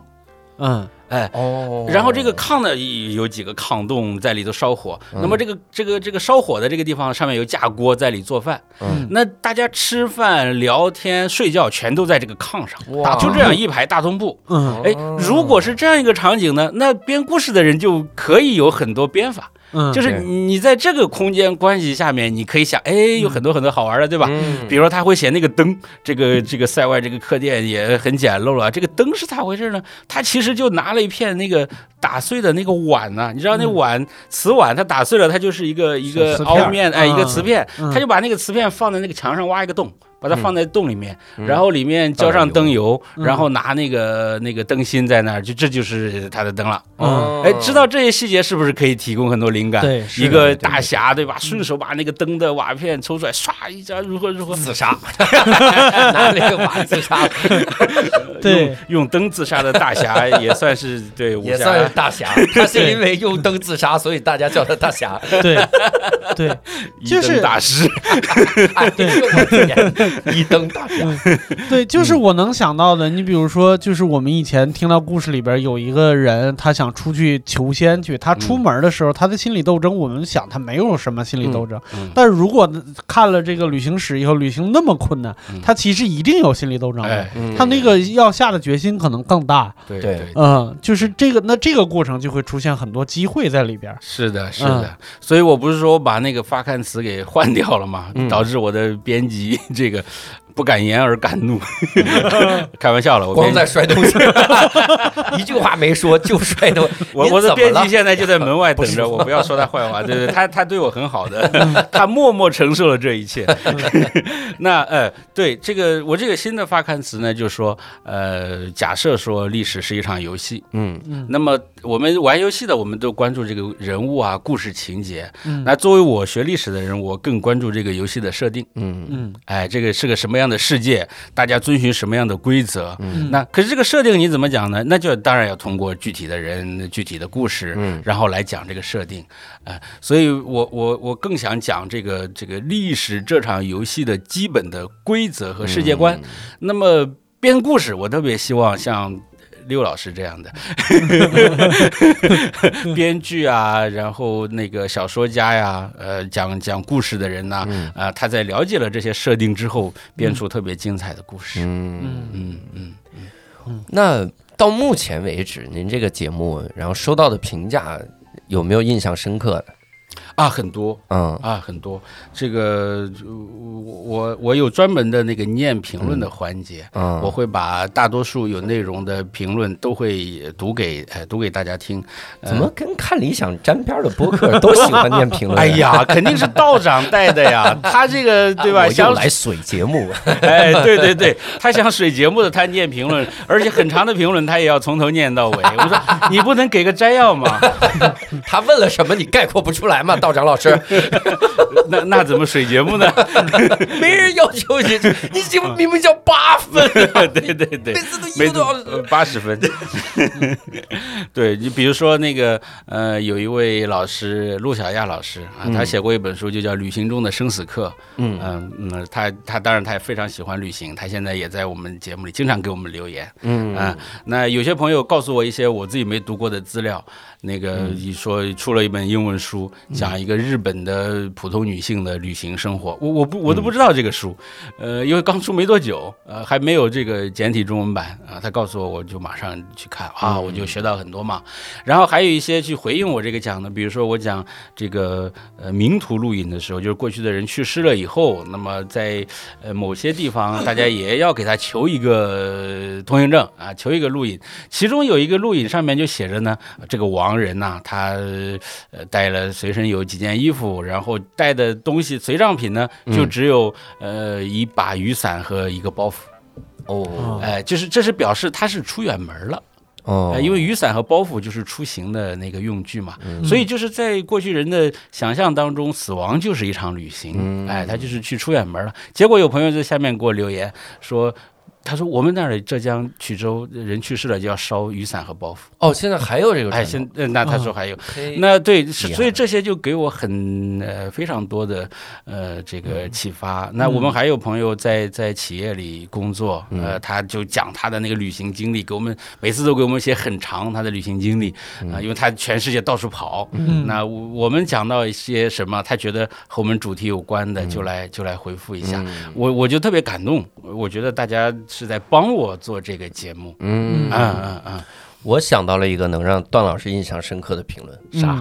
S4: 嗯
S3: 哎。
S6: 哦
S3: 然后这个炕呢，有几个炕洞在里头烧火。
S6: 嗯
S3: 那么这个这个这个烧火的这个地方上面有架锅在里做饭。
S6: 嗯
S3: 那大家吃饭、聊天、睡觉全都在这个炕上，
S6: 哇哦
S3: 就这样一排大通铺。
S4: 嗯
S3: 哎，如果是这样一个场景呢，那编故事的人就可以有很多编法，
S4: 嗯，
S3: 就是
S6: 对
S3: 你在这个空间关系下面，你可以想，哎，有很多很多好玩的，对吧？
S6: 嗯
S3: 比如说他会写那个灯，这个这个塞外这个客店也很简陋了。这个灯是咋回事呢？他其实就拿了一片那个打碎的那个碗呢、你知道那碗瓷碗，它打碎了，它就是一个一个
S2: 瓷片儿
S3: 凹面，哎，一个
S4: 嗯
S3: 瓷片，
S4: 嗯
S3: 他就把那个瓷片放在那个墙上挖一个洞。把
S6: 嗯
S3: 它放在洞里面，
S6: 嗯
S3: 然后里面浇上灯油，
S4: 嗯
S3: 然后拿那个那个灯芯在那儿，就这就是他的灯了。
S4: 嗯
S6: 哦
S3: 哎，知道这些细节是不是可以提供很多灵感？
S4: 对是
S3: 一个大侠对吧？顺手把那个灯的瓦片抽出来，唰一下，如何如何？
S6: 自杀， 拿了一个碗自 杀，
S4: 对
S3: 呃用用灯自杀的大 侠也算是对武
S6: 也算
S3: 侠
S6: 是大侠。他是因为用灯自杀，所以大家叫他大 侠。
S4: 对 对，
S3: 一
S4: 就
S3: 灯
S4: 是
S3: 大师。
S6: 哎，这个我天，一灯大 侠。
S4: 对，
S3: 嗯
S4: 就是我能想到的。你比如说，就是我们以前听到故事里边有一个人，他想出去求仙去，他
S3: 嗯
S4: 出门的时候，他的心理斗争，我们想他没有什么心理斗争。
S3: 嗯嗯
S4: 但如果看了这个旅行史以后，旅行那么困难，
S3: 嗯
S4: 他其实一定有心理斗争的。
S3: 哎，
S4: 他那个要下的决心可能更大，
S3: 对
S6: 对
S3: 对。
S4: 嗯，就是这个，那这个过程就会出现很多机会在里边。
S3: 是的，是
S6: 嗯
S3: 的，所以我不是说我把那个发刊词给换掉了嘛，
S6: 嗯
S3: 导致我的编辑这个不敢言而敢 怒，开玩笑了，我
S6: 光
S3: 编
S6: 在
S3: 辑
S6: 摔东西， 一句话没说就摔东西。
S3: 我
S6: 你
S3: 我的
S6: 怎么
S3: 编
S6: 了
S3: 辑现在就在门外 等
S6: 不是
S3: 着，我不要说他坏话，对对，他他对我很好 的，他默默承受了这一切。那呃，对这个我这个新的发刊词呢，就是说呃，假设说历史是一场游戏，
S6: 嗯
S4: 嗯
S3: 那么我们玩游戏的，我们都关注这个人物啊、故事情节。
S4: 嗯
S3: 那作为我学历史的人，我更关注这个游戏的设定。
S6: 嗯
S4: 嗯
S3: 哎，这个是个什么样的世界？大家遵循什么样的规则？
S4: 嗯，
S3: 那可是这个设定你怎么讲呢？那就当然要通过具体的人、具体的故事，
S6: 嗯
S3: 然后来讲这个设定。哎、所以我我我更想讲这个这个历史这场游戏的基本的规则和世界观。
S6: 嗯
S3: 那么编故事，我特别希望像。刘老师这样的 编剧啊，然后那个小说家呀，呃，讲讲故事的人呐、啊，
S6: 嗯
S3: 他在了解了这些设定之后，编出特别精彩的故事。
S6: 嗯。
S3: 嗯嗯，
S6: 那到目前为止，您这个节目，然后收到的评价有没有印象深刻的？
S3: 啊，很多
S6: 嗯
S3: 啊，很多。这个呃我我我有专门的那个念评论的环节，
S6: 嗯
S3: 我会把大多数有内容的评论都会读给呃读给大家听。呃
S6: 怎么跟看理想沾边的播客都喜欢念评论？啊
S3: 哎， 呀，肯定是道长带的呀，他这个对吧？
S6: 我又
S3: 想
S6: 来水节目，
S3: 哎，对对对，他想水节目的，他念评论，而且很长的评论他也要从头念到尾。我说你不能给个摘要吗？
S6: 他问了什么你概括不出来吗？道长老师，
S3: 那那怎么水节目呢？
S6: 没人要求你，你节目明明叫八分，啊
S3: 对对对
S6: 每，次都一
S3: 每
S6: 个多小时。
S3: 八十分。 对你比如说那个呃，有一位老师陆小亚老师啊，
S6: 嗯
S3: 他写过一本书，就叫《旅行中的生死课》。嗯嗯，他他当然他也非常喜欢旅行，他现在也在我们节目里经常给我们留言。嗯啊，那有些朋友告诉我一些我自己没读过的资料。那个
S6: 嗯
S3: 你说出了一本英文书，讲一个日本的普通女性的旅行生活，我我不
S6: 嗯
S3: 我都不知道这个书，呃，因为刚出没多久，呃，还没有这个简体中文版啊、他告诉我，我就马上去看啊，我就学到很多嘛。然后还有一些去回应我这个讲的，比如说我讲这个呃名图录影的时候，就是过去的人去世了以后，那么在呃某些地方，大家也要给他求一个呃通行证啊，求一个录影。其中有一个录影上面就写着呢，这个亡人呐、他呃带了随身有几件衣服，然后带的东西随葬品呢，就只有、呃一把雨伞和一个包袱。
S6: 哦
S3: 哎、就是这是表示他是出远门了。
S6: 哦
S3: 呃，因为雨伞和包袱就是出行的那个用具嘛，
S6: 嗯
S3: 所以就是在过去人的想象当中，死亡就是一场旅行，
S6: 嗯
S3: 哎，他就是去出远门了。结果有朋友在下面给我留言说。他说：“我们那儿浙江衢州人去世了，就要烧雨伞和包袱。
S6: 哦，现在还有这个
S3: 哎，
S6: 传
S3: 现
S6: 统，
S3: 呃那他说还有，
S6: 嘿
S3: 那对，是
S6: 厉害
S3: 所以这些就给我很呃非常多的呃这个
S6: 嗯
S3: 启发。那我们还有朋友在在企业里工作，
S6: 嗯
S3: 呃，他就讲他的那个旅行经历，给我们每次都给我们写很长他的旅行经历
S6: 嗯
S3: 啊、因为他全世界到处跑。
S4: 嗯
S3: 那我我们讲到一些什么，他觉得和我们主题有关
S6: 嗯
S3: 的，就来就来回复一下。我我就特别感动，我觉得大家是在帮我做这个节目。嗯
S6: 啊
S3: 嗯嗯
S6: 我想到了一个能让段老师印象深刻的评论，
S3: 嗯，啥？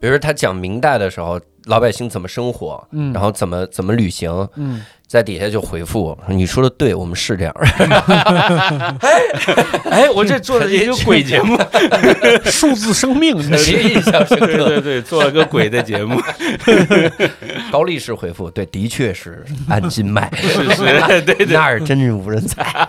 S6: 比如说他讲明代的时候，老百姓怎么生活，
S4: 嗯
S6: 然后怎么怎么旅行，
S4: 嗯，
S6: 在底下就回复我说：“你说的对，我们是这样，
S3: 哎，我这做的也有鬼节目。
S4: 数字生 命，你这
S6: 谁 印象深
S3: 对
S6: 刻
S3: 对对，做了个鬼的节 目，？”
S6: 高力士回复：“对，的确 是按斤卖，
S3: 是是，对对。
S6: 那儿真是无人 采。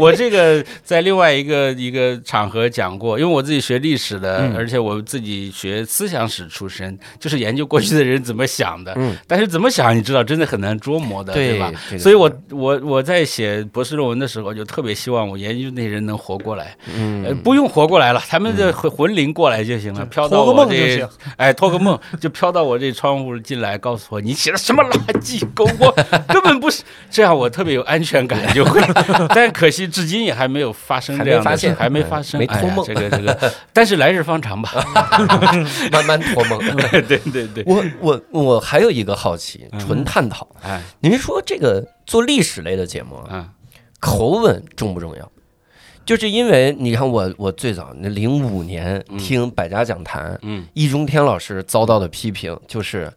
S3: 我这个在另外一个一个场合讲过，因为我自己学历史
S6: 嗯
S3: 的，而且我自己学思想史出身，就是研究过去的人怎么想的。
S6: 嗯
S3: 但是怎么想，你知道，真的很难捉摸的，
S6: 对
S3: 吧
S6: 这？个
S3: 所以我我我在写博士论文的时候，就特别希望我研究那些人能活过来，
S6: 嗯
S3: 呃，不用活过来了，他们的魂魂灵过来就行了，飘到
S4: 托个
S3: 我
S4: 梦就
S3: 这
S4: 行，
S3: 哎，托个梦就飘到我这窗户进来，告诉我你写的什么垃圾狗 窝，根本不是这样，我特别有安全感，就会。但可惜至今也还没有发生
S6: 还
S3: 这
S6: 没
S3: 样
S6: 发
S3: 的事，
S6: 现
S3: 还没
S6: 嗯
S3: 发生，
S6: 没
S3: 哎
S6: 托
S3: 呀
S6: 梦
S3: 这个这 个，但是来日方长吧。
S6: 呃慢慢托梦。
S3: 对对对，
S6: 我我我还有一个好奇，
S3: 嗯
S6: 纯探讨。
S3: 哎，
S6: 您说这个做历史类的节目啊，
S3: 嗯
S6: 口吻重不重要？就是因为你看我，我最早那零五年听百家讲坛，
S3: 嗯，
S6: 易中天老师遭到的批评就是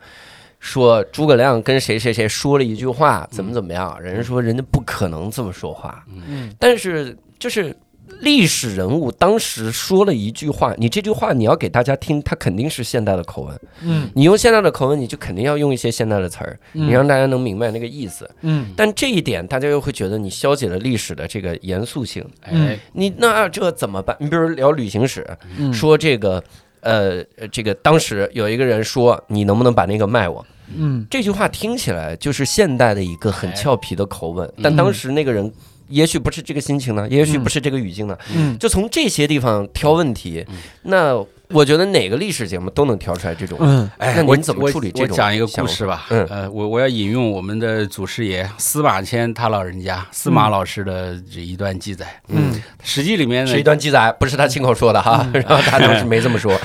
S6: 说诸葛亮跟谁谁谁说了一句话，怎么怎么样，人家说人家不可能这么说话，
S4: 嗯，
S6: 但是就是。历史人物当时说了一句话，你这句话你要给大家听，他肯定是现代的口吻。
S4: 嗯，
S6: 你用现代的口吻，你就肯定要用一些现代的词儿，你让大家能明白那个意思。
S4: 嗯
S6: 但这一点，大家又会觉得你消解了历史的这个严肃性。
S3: 哎，
S6: 你那这怎么办？你比如聊旅行史，
S4: 嗯
S6: 说这个，呃，呃这个当时有一个人说，你能不能把那个卖我？
S4: 嗯
S6: 这句话听起来就是现代的一个
S3: 哎
S6: 很俏皮的口吻，
S3: 嗯
S6: 但
S4: 嗯
S6: 当时那个人也许不是这个心情呢，也许不是这个语境呢，
S4: 嗯，
S6: 就从这些地方挑问题。
S3: 嗯
S6: 那我觉得哪个历史节目都能挑出来这种。
S4: 嗯
S6: 那
S3: 哎，
S6: 您
S3: 我
S6: 怎么
S3: 我
S6: 处理这
S3: 我
S6: 种
S3: 讲一个
S6: 想
S3: 故事吧。
S6: 嗯
S3: 呃，我我要引用我们的祖师爷司马迁他老人家司
S6: 嗯
S3: 马老师的这一段记载。
S4: 嗯，
S3: 史记里面呢
S6: 是一，段记载，不是他亲口说的哈， 然后他当时没这么 说。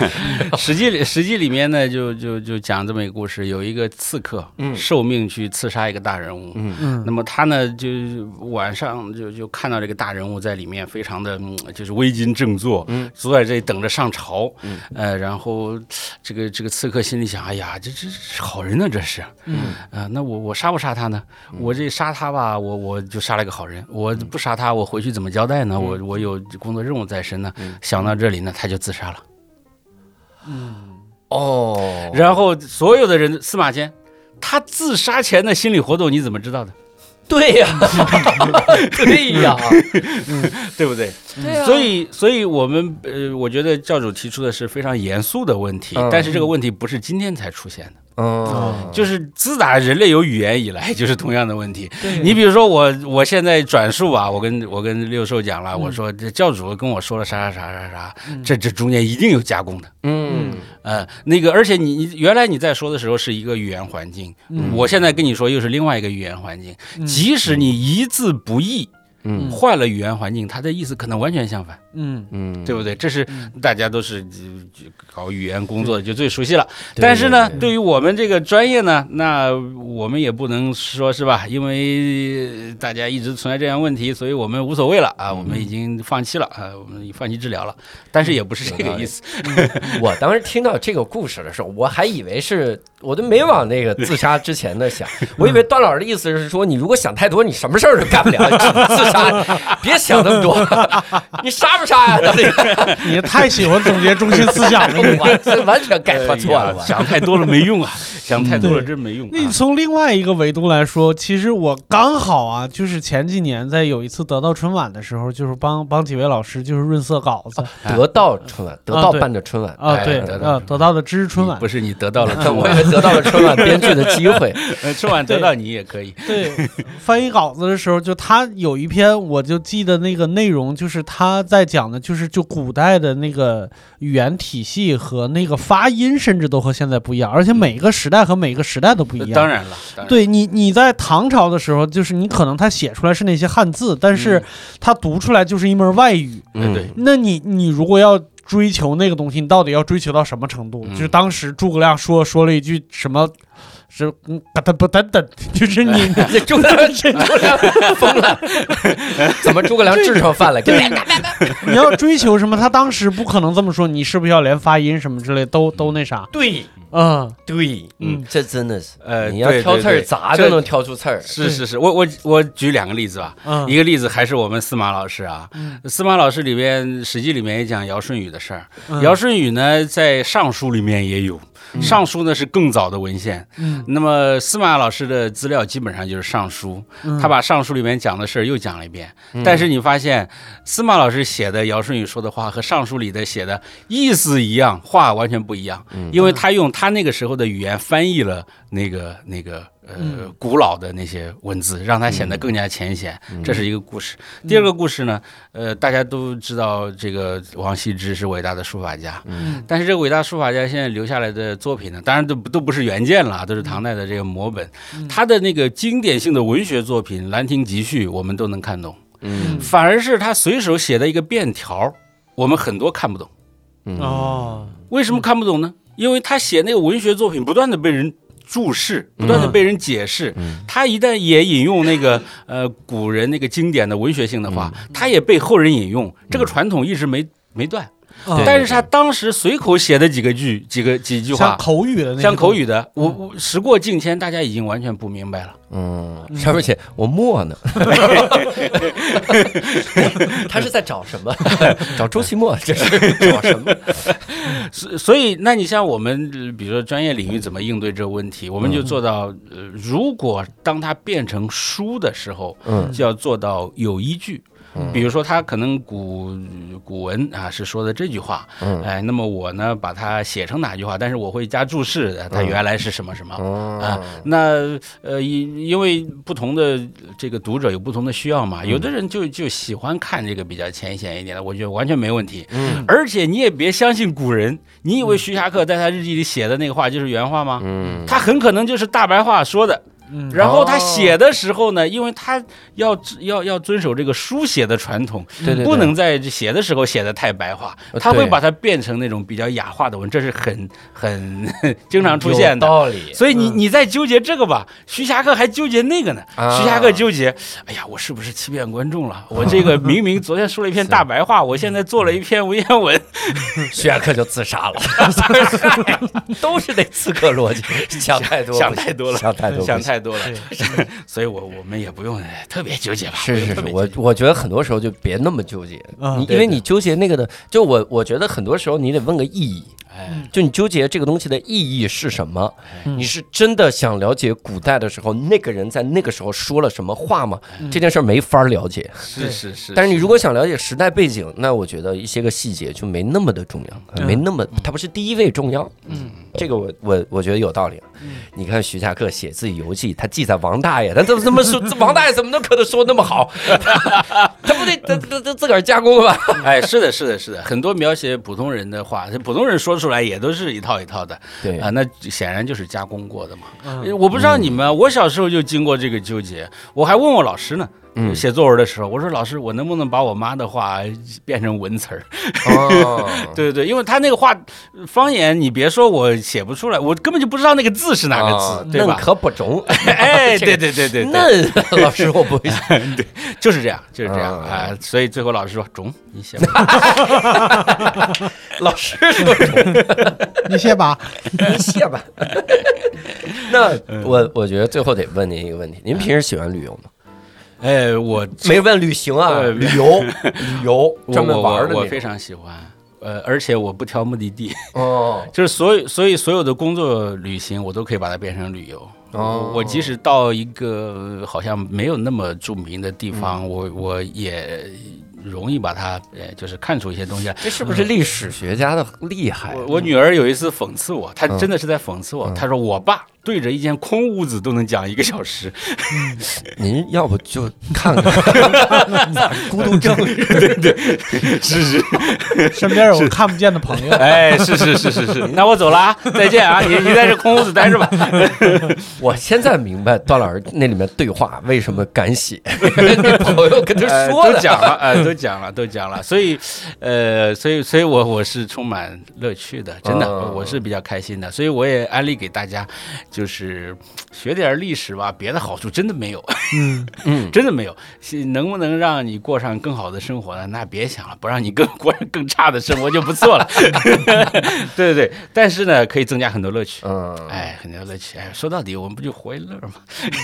S3: 史记里史记里面呢，就就就讲这么一个故事，有一个刺客，嗯，受命去刺杀一个大人物，嗯
S4: 嗯
S3: 那么他呢，就晚上就就看到这个大人物在里面非常的，嗯就是微巾正坐，嗯，坐在这里等着上朝，
S6: 嗯
S3: 呃，然后这个这个刺客心里想，哎呀，这这这好人呢，这是，
S4: 嗯
S3: 啊、那我我杀不杀他呢？我这杀他吧，我我就杀了个好人；我不杀他，我回去怎么交代呢？我我有工作任务在身呢。
S6: 嗯
S3: 想到这里呢，他就自杀了。
S6: 哦，
S3: 然后所有的人，司马迁，他自杀前的心理活动你怎么知道的？
S6: 对 呀，对呀，
S3: 嗯对不对？啊
S6: 对啊呀，
S3: 所以，所以我们呃，我觉得教主提出的是非常严肃的问题
S6: 嗯，
S3: 但是这个问题不是今天才出现的，
S6: 嗯，
S3: 就是自打人类有语言以来，就是同样的问题。
S6: 对
S3: 你比如说我，我现在转述啊，我跟我跟六兽讲了，
S6: 嗯
S3: 我说这教主跟我说了啥啥啥啥啥，这这中间一定有加工的。
S6: 嗯
S3: 呃，那个，而且你你原来你在说的时候是一个语言环境，
S4: 嗯
S3: 我现在跟你说又是另外一个语言环境。即使你一字不译，
S6: 嗯
S3: 换了语言环境，它的意思可能完全相反，
S4: 嗯
S6: 嗯，
S3: 对不对？这是大家都是呃搞语言工作的就最熟悉了。
S6: 对
S3: 但是呢，
S6: 嗯对
S3: 对于我们这个专业呢，那我们也不能说是吧？因为大家一直存在这样问题，所以我们无所谓了
S6: 嗯
S3: 啊，我们已经放弃了啊，我们放弃治疗了。但是也不是这个意思，
S6: 我当时听到这个故事的时候，我还以为是，我都没往那个自杀之前的 想，我以为段老师的意思是说，你如果想太多，你什么事儿都干不了，你只自杀，别想那么多， 你杀不杀呀、到底
S4: 你太喜欢总结中心 思想了，你。
S6: 完全完全概括错了
S3: 哎呀
S6: 吧？嗯
S3: 想太多了没用 啊，想太多了真没用 啊。
S4: 那你从另外一个维度来说，其实我刚好啊，就是前几年在有一次得到春晚的时候，就是帮帮几位老师就是润色稿子
S6: 得到春晚，得到办的春晚
S4: 啊，
S6: 哎
S4: 对，
S6: 得到
S4: 啊，得到的知识春晚
S3: 不，是你得到了
S6: 但
S3: 春
S6: 我
S3: 晚
S6: 以，为得到了春晚编剧的机会，
S3: 呃春晚得到你也可以。
S4: 对，翻译稿子的时候，就他有一篇，我就记得那个内容，就是他在讲的，就是就古代的那个语言体系和那个发音，甚至都和现在不一样，而且每个时代和每个时代都不一样。
S3: 当然了，当然了
S4: 对你，你在唐朝的时候，就是你可能他写出来是那些汉字，但是他读出来就是一门外语。
S3: 嗯对，
S4: 那你你如果要追求那个东西，你到底要追求到什么程度？
S3: 嗯
S4: 就是当时诸葛亮说说了一句什么，是嗯不不等等，就是你 你
S6: 这诸葛亮，这诸葛亮疯了，怎么诸葛亮痔疮犯了？ 跟
S4: 你要追求什么？他当时不可能这么说，你是不是要连发音什么之类都都那啥？
S6: 对
S4: 嗯
S6: 对，
S4: 嗯，
S6: 这真的是，
S3: 呃，
S6: 你要
S3: 对
S6: 挑
S3: 对
S6: 刺儿
S3: 对
S6: 咋
S3: 这
S6: 都能挑出刺儿。
S3: 是是是，我我我举两个例子吧，一
S4: 嗯
S3: 个例子还是我们司马老师啊，
S6: 嗯
S3: 司马老师里边《史记》里面也讲尧舜禹的事儿，
S4: 嗯
S3: 尧舜禹呢在《尚书》里面也有，
S4: 嗯
S3: 尚书》呢是更早的文献，
S4: 嗯，
S3: 那么司马老师的资料基本上就是《尚书》，
S4: 嗯
S3: 他把《尚书》里面讲的事儿又讲了一遍，但是你发现司马老师写的尧舜禹说的话和《尚书》里的写的意思一样，话完全不一样，
S4: 嗯
S3: 因为他用他那个时候的语言翻译了那个那个呃
S4: 嗯
S3: 古老的那些文字，让它显得更加浅显。
S4: 嗯
S3: 这是一个故事。第二个故事呢，呃，大家都知道这个王羲之是伟大的书法家，
S4: 嗯
S3: 但是这个伟大书法家现在留下来的作品呢，当然都不都不是原件了啊，都是唐代的这个摹本。他的那个经典性的文学作品《兰亭集序》，我们都能看懂，
S6: 嗯
S3: 反而是他随手写的一个便条，我们很多看不懂。
S4: 哦，
S3: 为什么看不懂呢？因为他写那个文学作品，不断的被人注释，
S4: 嗯
S3: 不断的被人解释。他一旦也引用那个呃古人那个经典的文学性的话，
S4: 嗯
S3: 他也被后人引用，这个传统一直没没断。
S4: 嗯
S3: 但是他当时随口写的几个句、几个几句
S4: 像
S3: 话，
S4: 口语的那
S3: 像口
S4: 语，
S3: 语的，我我时过境迁，大家已经完全不明白了。
S6: 嗯，上面写我墨 呢， 他是在找什 么？找周奇墨，这是找什么？
S3: 所所以，那你像我们，呃比如说专业领域怎么应对这个问题，我们
S6: 嗯
S3: 就做到，呃，如果当它变成书的时候，
S6: 嗯
S3: 就要做到有依据。比如说，他可能古古文啊是说的这句话，
S6: 嗯
S3: 哎，那么我呢把它写成哪句话，但是我会加注释，呃它原来是什么什么，啊
S6: 哦，，
S3: 那呃，因因为不同的这个读者有不同的需要嘛，有的人就就喜欢看这个比较浅显一点的，我觉得完全没问题。
S6: 嗯，
S3: 而且你也别相信古人，你以为徐霞客在他日记里写的那个话就是原话吗？
S6: 嗯，
S3: 他很可能就是大白话说的，
S4: 嗯
S3: 然
S6: 哦
S3: 后他写的时候呢，因为他要要要遵守这个书写的传统，
S6: 对对，
S3: 不能在写的时候写的太白话，
S6: 呃
S3: 他会
S6: 对
S3: 把它变成那种比较雅化的文，这是很很 经常出现
S6: 嗯
S3: 的。
S6: 道理。
S3: 所以你
S4: 嗯
S3: 你在纠结这个吧，徐霞客还纠结那个呢。
S6: 啊
S3: 徐霞客纠结，哎呀，我是不是欺骗观众了？我这个明明昨天说了 一篇大白话，我现在做了一篇文言文，
S6: 徐亚克就自杀 了， 都是那刺客逻辑，想太多，
S3: 想太多了，
S6: 想太多，
S3: 想太多了。 所以我我们也不用哎特别纠结嗯吧。
S6: 是是
S3: 特
S6: 是，
S3: 别
S6: 我我觉得很多时候就别那么纠结，
S4: 啊
S6: 你
S4: 对
S6: 因为你纠结那个的，就我我觉得很多时候你得问个意义，
S3: 哎，
S6: 就你纠结这个东西的意义是什么？你是真的想了解古代的时候那个人在那个时候说了什么话吗？
S3: 嗯
S6: 这件事儿没法了解。
S3: 是是是。
S6: 但是你如果想了解时代背景，那我觉得一些个细节就没那么的重要，
S4: 嗯
S6: 没那么它不是第一位重要。
S4: 嗯，
S6: 这个我我我觉得有道理。你看徐霞客写自己游记，他记载王大爷，他怎么怎么说？ 这王大爷怎么能可能说那么好？ 他不得他他他自个儿加工了吧？
S3: 哎，是的，是的，是的，很多描写普通人的话，普通人说出来也都是一套一套的
S6: 对
S3: 啊、那显然就是加工过的嘛。
S4: 嗯
S3: 我不知道你们啊，我小时候就经过这个纠结，我还问我老师呢。
S6: 嗯
S3: 写作文的时候，我说老师，我能不能把我妈的话 变成文词儿？
S6: 哦，
S3: 对对，因为他那个话方言，你别说我写不出来，我根本就不知道那个字是哪个字，
S6: 啊
S3: 对
S6: 嫩
S3: 吧？
S6: 可不中，
S3: 哎，
S6: 这个
S3: 对对对对，对，
S6: 嫩老师我不 会写。
S3: 就是这样，就是这样
S6: 啊
S3: 啊、所以最后老师说：“中，你写吧。”
S6: 老师说
S2: 你先把
S6: 您谢吧。 那我我觉得最后得问您一个问题：您
S3: 啊
S6: 平时喜欢旅游吗？
S3: 哎，我
S6: 没问旅行啊，
S3: 呃
S6: 旅 游，旅游
S3: 我
S6: 专门玩儿的那
S3: 我
S6: 种
S3: 我我非常喜欢。呃，而且我不挑目的地，
S6: 哦
S3: 就是所有所以所有的工作旅行，我都可以把它变成旅游。
S6: 哦
S3: 我即使到一个呃好像没有那么著名的地
S6: 嗯
S3: 方，我我也容易把它，呃，就是看出一些东西来。哎
S6: 这是不是历史学家的厉害啊
S3: 我？我女儿有一次讽刺我，她
S6: 嗯
S3: 真的是在讽刺我。
S6: 嗯
S3: 她说：“我爸对着一间空屋子都能讲一个小时。
S6: 您要不就看看孤独症？”
S3: 是是，
S4: 身边有看不见的朋友，
S3: 哎，是是是是是。那我走了 啊，再见啊！你你在这空屋子待 着吧。
S6: 我现在明白段老师那里面对话为什么敢 写，那朋友跟他
S3: 呃
S6: 说
S3: 都
S6: 的。
S3: 讲了，呃，都讲了，都 讲了，所以，呃，所以，所以我我是充满乐趣的，真的，
S6: 嗯
S3: 我是比较开心的，所以我也安利给大家，就是学点历史吧，别的好处真的没有，
S4: 嗯，
S6: 嗯，
S3: 真的没有，是能不能让你过上更好的生活呢？那别想了，不让你更过上更差的生活就不错了， 对对对，但是呢，可以增加很多乐趣。
S6: 嗯，
S3: 哎，很多乐趣。哎，说到底，我们不就活一乐吗？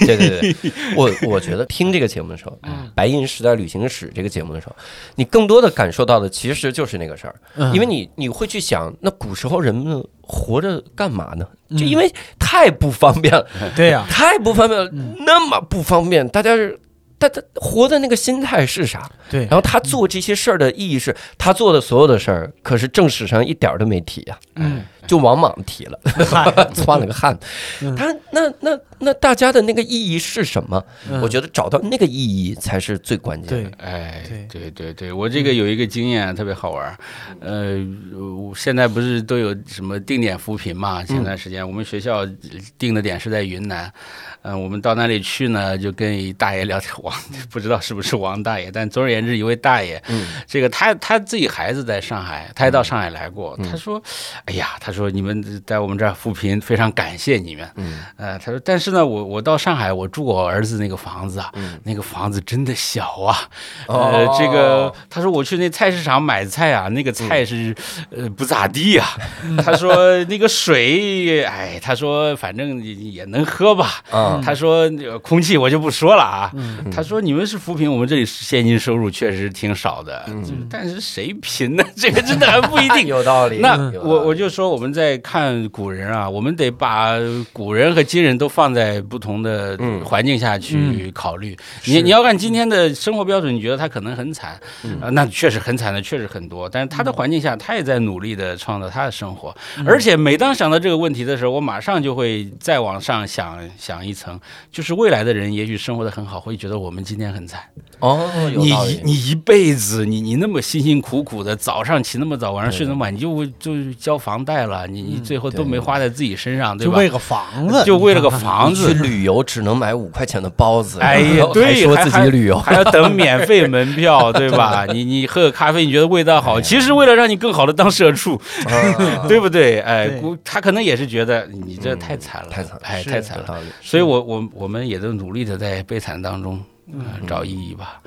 S6: 对对对， 我我觉得听这个节目的时候，白银时代旅行史》这个节目的时候，你更多的感受到的其实就是那个事儿，因为你你会去想，那古时候人们活着干嘛呢？就因为太不方便了，
S4: 对呀，
S6: 太不方便了，
S3: 嗯
S6: 那么不方便，大家是。他他活的那个心态是啥？
S4: 对
S6: 然，后他做这些事儿的意义是，他做的所有的事儿，可是正史上一点儿都没提呀、
S4: 嗯，
S6: 就王莽提 了。
S4: 嗨，
S6: 窜了个汗。
S4: 嗯
S6: 他那那那大家的那个意义是什么？
S4: 嗯
S6: 我觉得找到那个意义才是最关键的。
S4: 对，
S3: 哎，
S4: 对
S3: 对对对，我这个有一个经验啊特别好玩儿，呃，我现在不是都有什么定点扶贫嘛？前段时间我们学校呃定的点是在云南，嗯、我们到那里去呢，就跟一大爷聊天，王 不知道是不是王大爷，但总而言之，一位大爷，
S6: 嗯
S3: 这个他他自己孩子在上海，他也到上海来过，
S6: 嗯
S3: 他说，哎呀，他说你们在我们这儿扶贫，非常感谢你们，
S6: 嗯
S3: 呃，他说，但是呢，我我到上海，我住我儿子那个房子啊，那个房子真的小啊，呃
S6: 嗯哦，
S3: 这个他说我去那菜市场买菜啊，
S6: 嗯
S3: 那个菜是、呃不咋地呀、 他说那个水，哎，他说反正也也能喝吧。
S6: 啊，
S3: 他说那个空气我就不说了啊。他说你们是扶贫，我们这里现金收入确实挺少的，就是但是谁贫呢？这个真的还不一
S6: 嗯
S3: 定。
S6: 有道理。
S3: 嗯
S6: 嗯
S3: 那
S6: 有道理
S3: 我我就说我们在看古人啊，我们得把古人和今人都放在不同的
S6: 嗯
S3: 环境下去考虑。你你要按今天的生活标准，你觉得他可能很惨，啊，那确实很惨的，确实很多。但是他的环境下，他也在努力的创造他的生活。而且每当想到这个问题的时候，我马上就会再往上想想一层，就是未来的人也许生活的很好，会觉得我们今天很惨。
S6: 哦，有
S3: 你
S6: 道
S3: 一
S6: 理。
S3: 你一辈子，你你那么辛辛苦苦的，早上起那么早，晚上睡那么晚，你就会就交房贷了，了，你
S6: 嗯
S3: 你最后都没花在自己身上，对
S4: 就
S3: 吧？
S4: 为个房子，
S3: 就为了个
S4: 你看看
S3: 房
S6: 去
S3: 子，
S6: 旅游只能买五块钱的包子，
S3: 哎呀
S6: 然后
S3: 对
S6: 还说自己旅游，
S3: 还要 等免费门票，对吧？你你喝个咖啡，你觉得味道好，其实为了让你更好的当社畜，
S6: 哎啊 嗯
S3: 对不对？哎，
S4: 对
S3: 估他可能也是觉得你这太惨了，
S6: 太惨了
S3: 哎，
S4: 是
S3: 太惨
S6: 有
S3: 了。
S6: 道理。
S3: 所以我我我们也都努力的在悲惨当中。
S6: 嗯
S3: 呃找意义吧，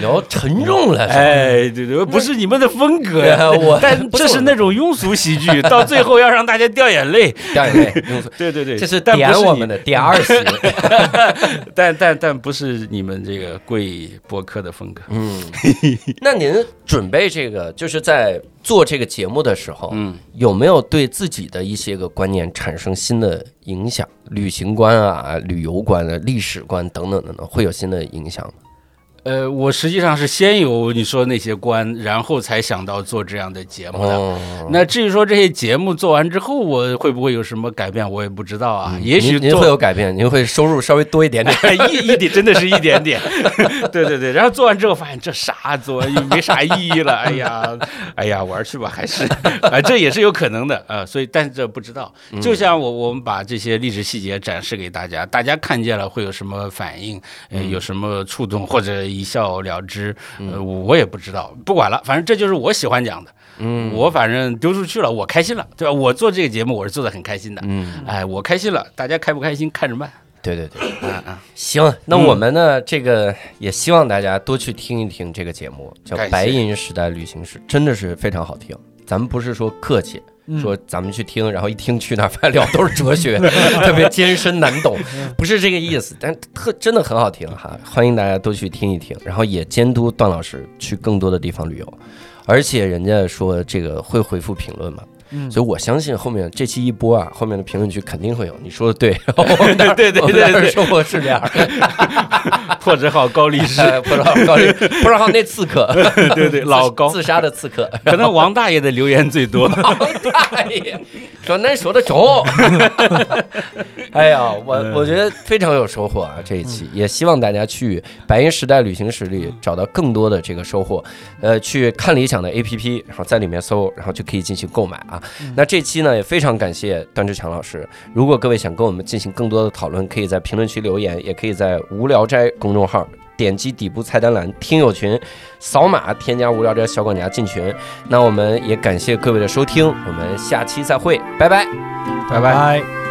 S6: 聊沉重了，是吧
S3: 哎，对对，不是你们的风格呀
S6: 哎， 我
S3: 但
S6: 不
S3: 这
S6: 我
S3: 是那种庸俗喜剧， 到最后要让大家掉眼泪，
S6: 掉眼泪，用错
S3: 对对对，
S6: 这是
S3: 但不
S6: 点
S3: 是
S6: 我
S3: 你嗯
S6: 们的点二十，
S3: 但但但不是你们这个贵播客的风格。
S6: 嗯，那您准备这个就是在做这个节目的时候，
S3: 嗯，
S6: 有没有对自己的一些个观念产生新的影响？旅行观啊、旅游观啊、历史观等等等等，会有新的影响吗？
S3: 呃，我实际上是先有你说那些关，然后才想到做这样的节目的。
S6: 哦，
S3: 那至于说这些节目做完之后，我会不会有什么改变，我也不知道啊。也
S6: 嗯
S3: 许
S6: 您您
S3: 做
S6: 会有改 变，您会收入稍微多一点点。
S3: 一一点，真的是一 点点。对对对，然后做完之后发现这啥做完又没啥意义了，哎呀，哎呀，玩儿去吧，还是啊，这也是有可能的啊、呃所以，但是这不知道，
S6: 嗯
S3: 就像我我们把这些历史细节展示给大家，大家看见了会有什么反应，
S6: 嗯
S3: 呃、有什么触动或者一笑了之，呃，我我也不知道，不管了，反正这就是我喜欢讲的。
S6: 嗯
S3: 我反正丢出去了，我开心了，对吧？我做这个节目，我是做的很开心的。
S6: 嗯，
S3: 哎，我开心了，大家开不开心看着办。
S6: 对对对。
S3: 啊啊，
S6: 行，那我们呢？这个也希望大家多去听一听这个节目，叫
S3: 感
S6: 《
S3: 谢
S6: 白银时代旅行史》，真的是非常好听。咱们不是说客气，
S3: 嗯
S6: 说咱们去听，然后一听去那儿发现聊都是哲 学，特别艰深难懂，不是这个意思。但特真的很好听哈，欢迎大家都去听一听，然后也监督段老师去更多的地方旅游。而且人家说这个会回复评论嘛，
S4: 嗯
S6: 所以我相信后面这期一播啊，后面的评论区肯定会有。你说的 对，我们
S3: 对对对对对
S6: 生活是这样。
S3: 破折号高力 士，
S6: 哎，不知道高丽，不知道那刺客，
S3: 对对， 老高，
S6: 自杀的刺客，
S3: 可能王大爷的留言最多。
S6: 哎呀，说那说的中， 哎呀，我我觉得非常有收获啊！这一期也希望大家去《白银时代旅行史》里找到更多的这个收获，呃，去看理想的 APP，然后在里面搜，然后就可以进行购买啊。那这期呢也非常感谢段志强老师。如果各位想跟我们进行更多的讨论，可以在评论区留言，也可以在无聊斋公众号。点击底部菜单栏听友群，扫码添加无聊斋小管家进群。那我们也感谢各位的收听，我们下期再会，拜拜。
S4: 拜拜。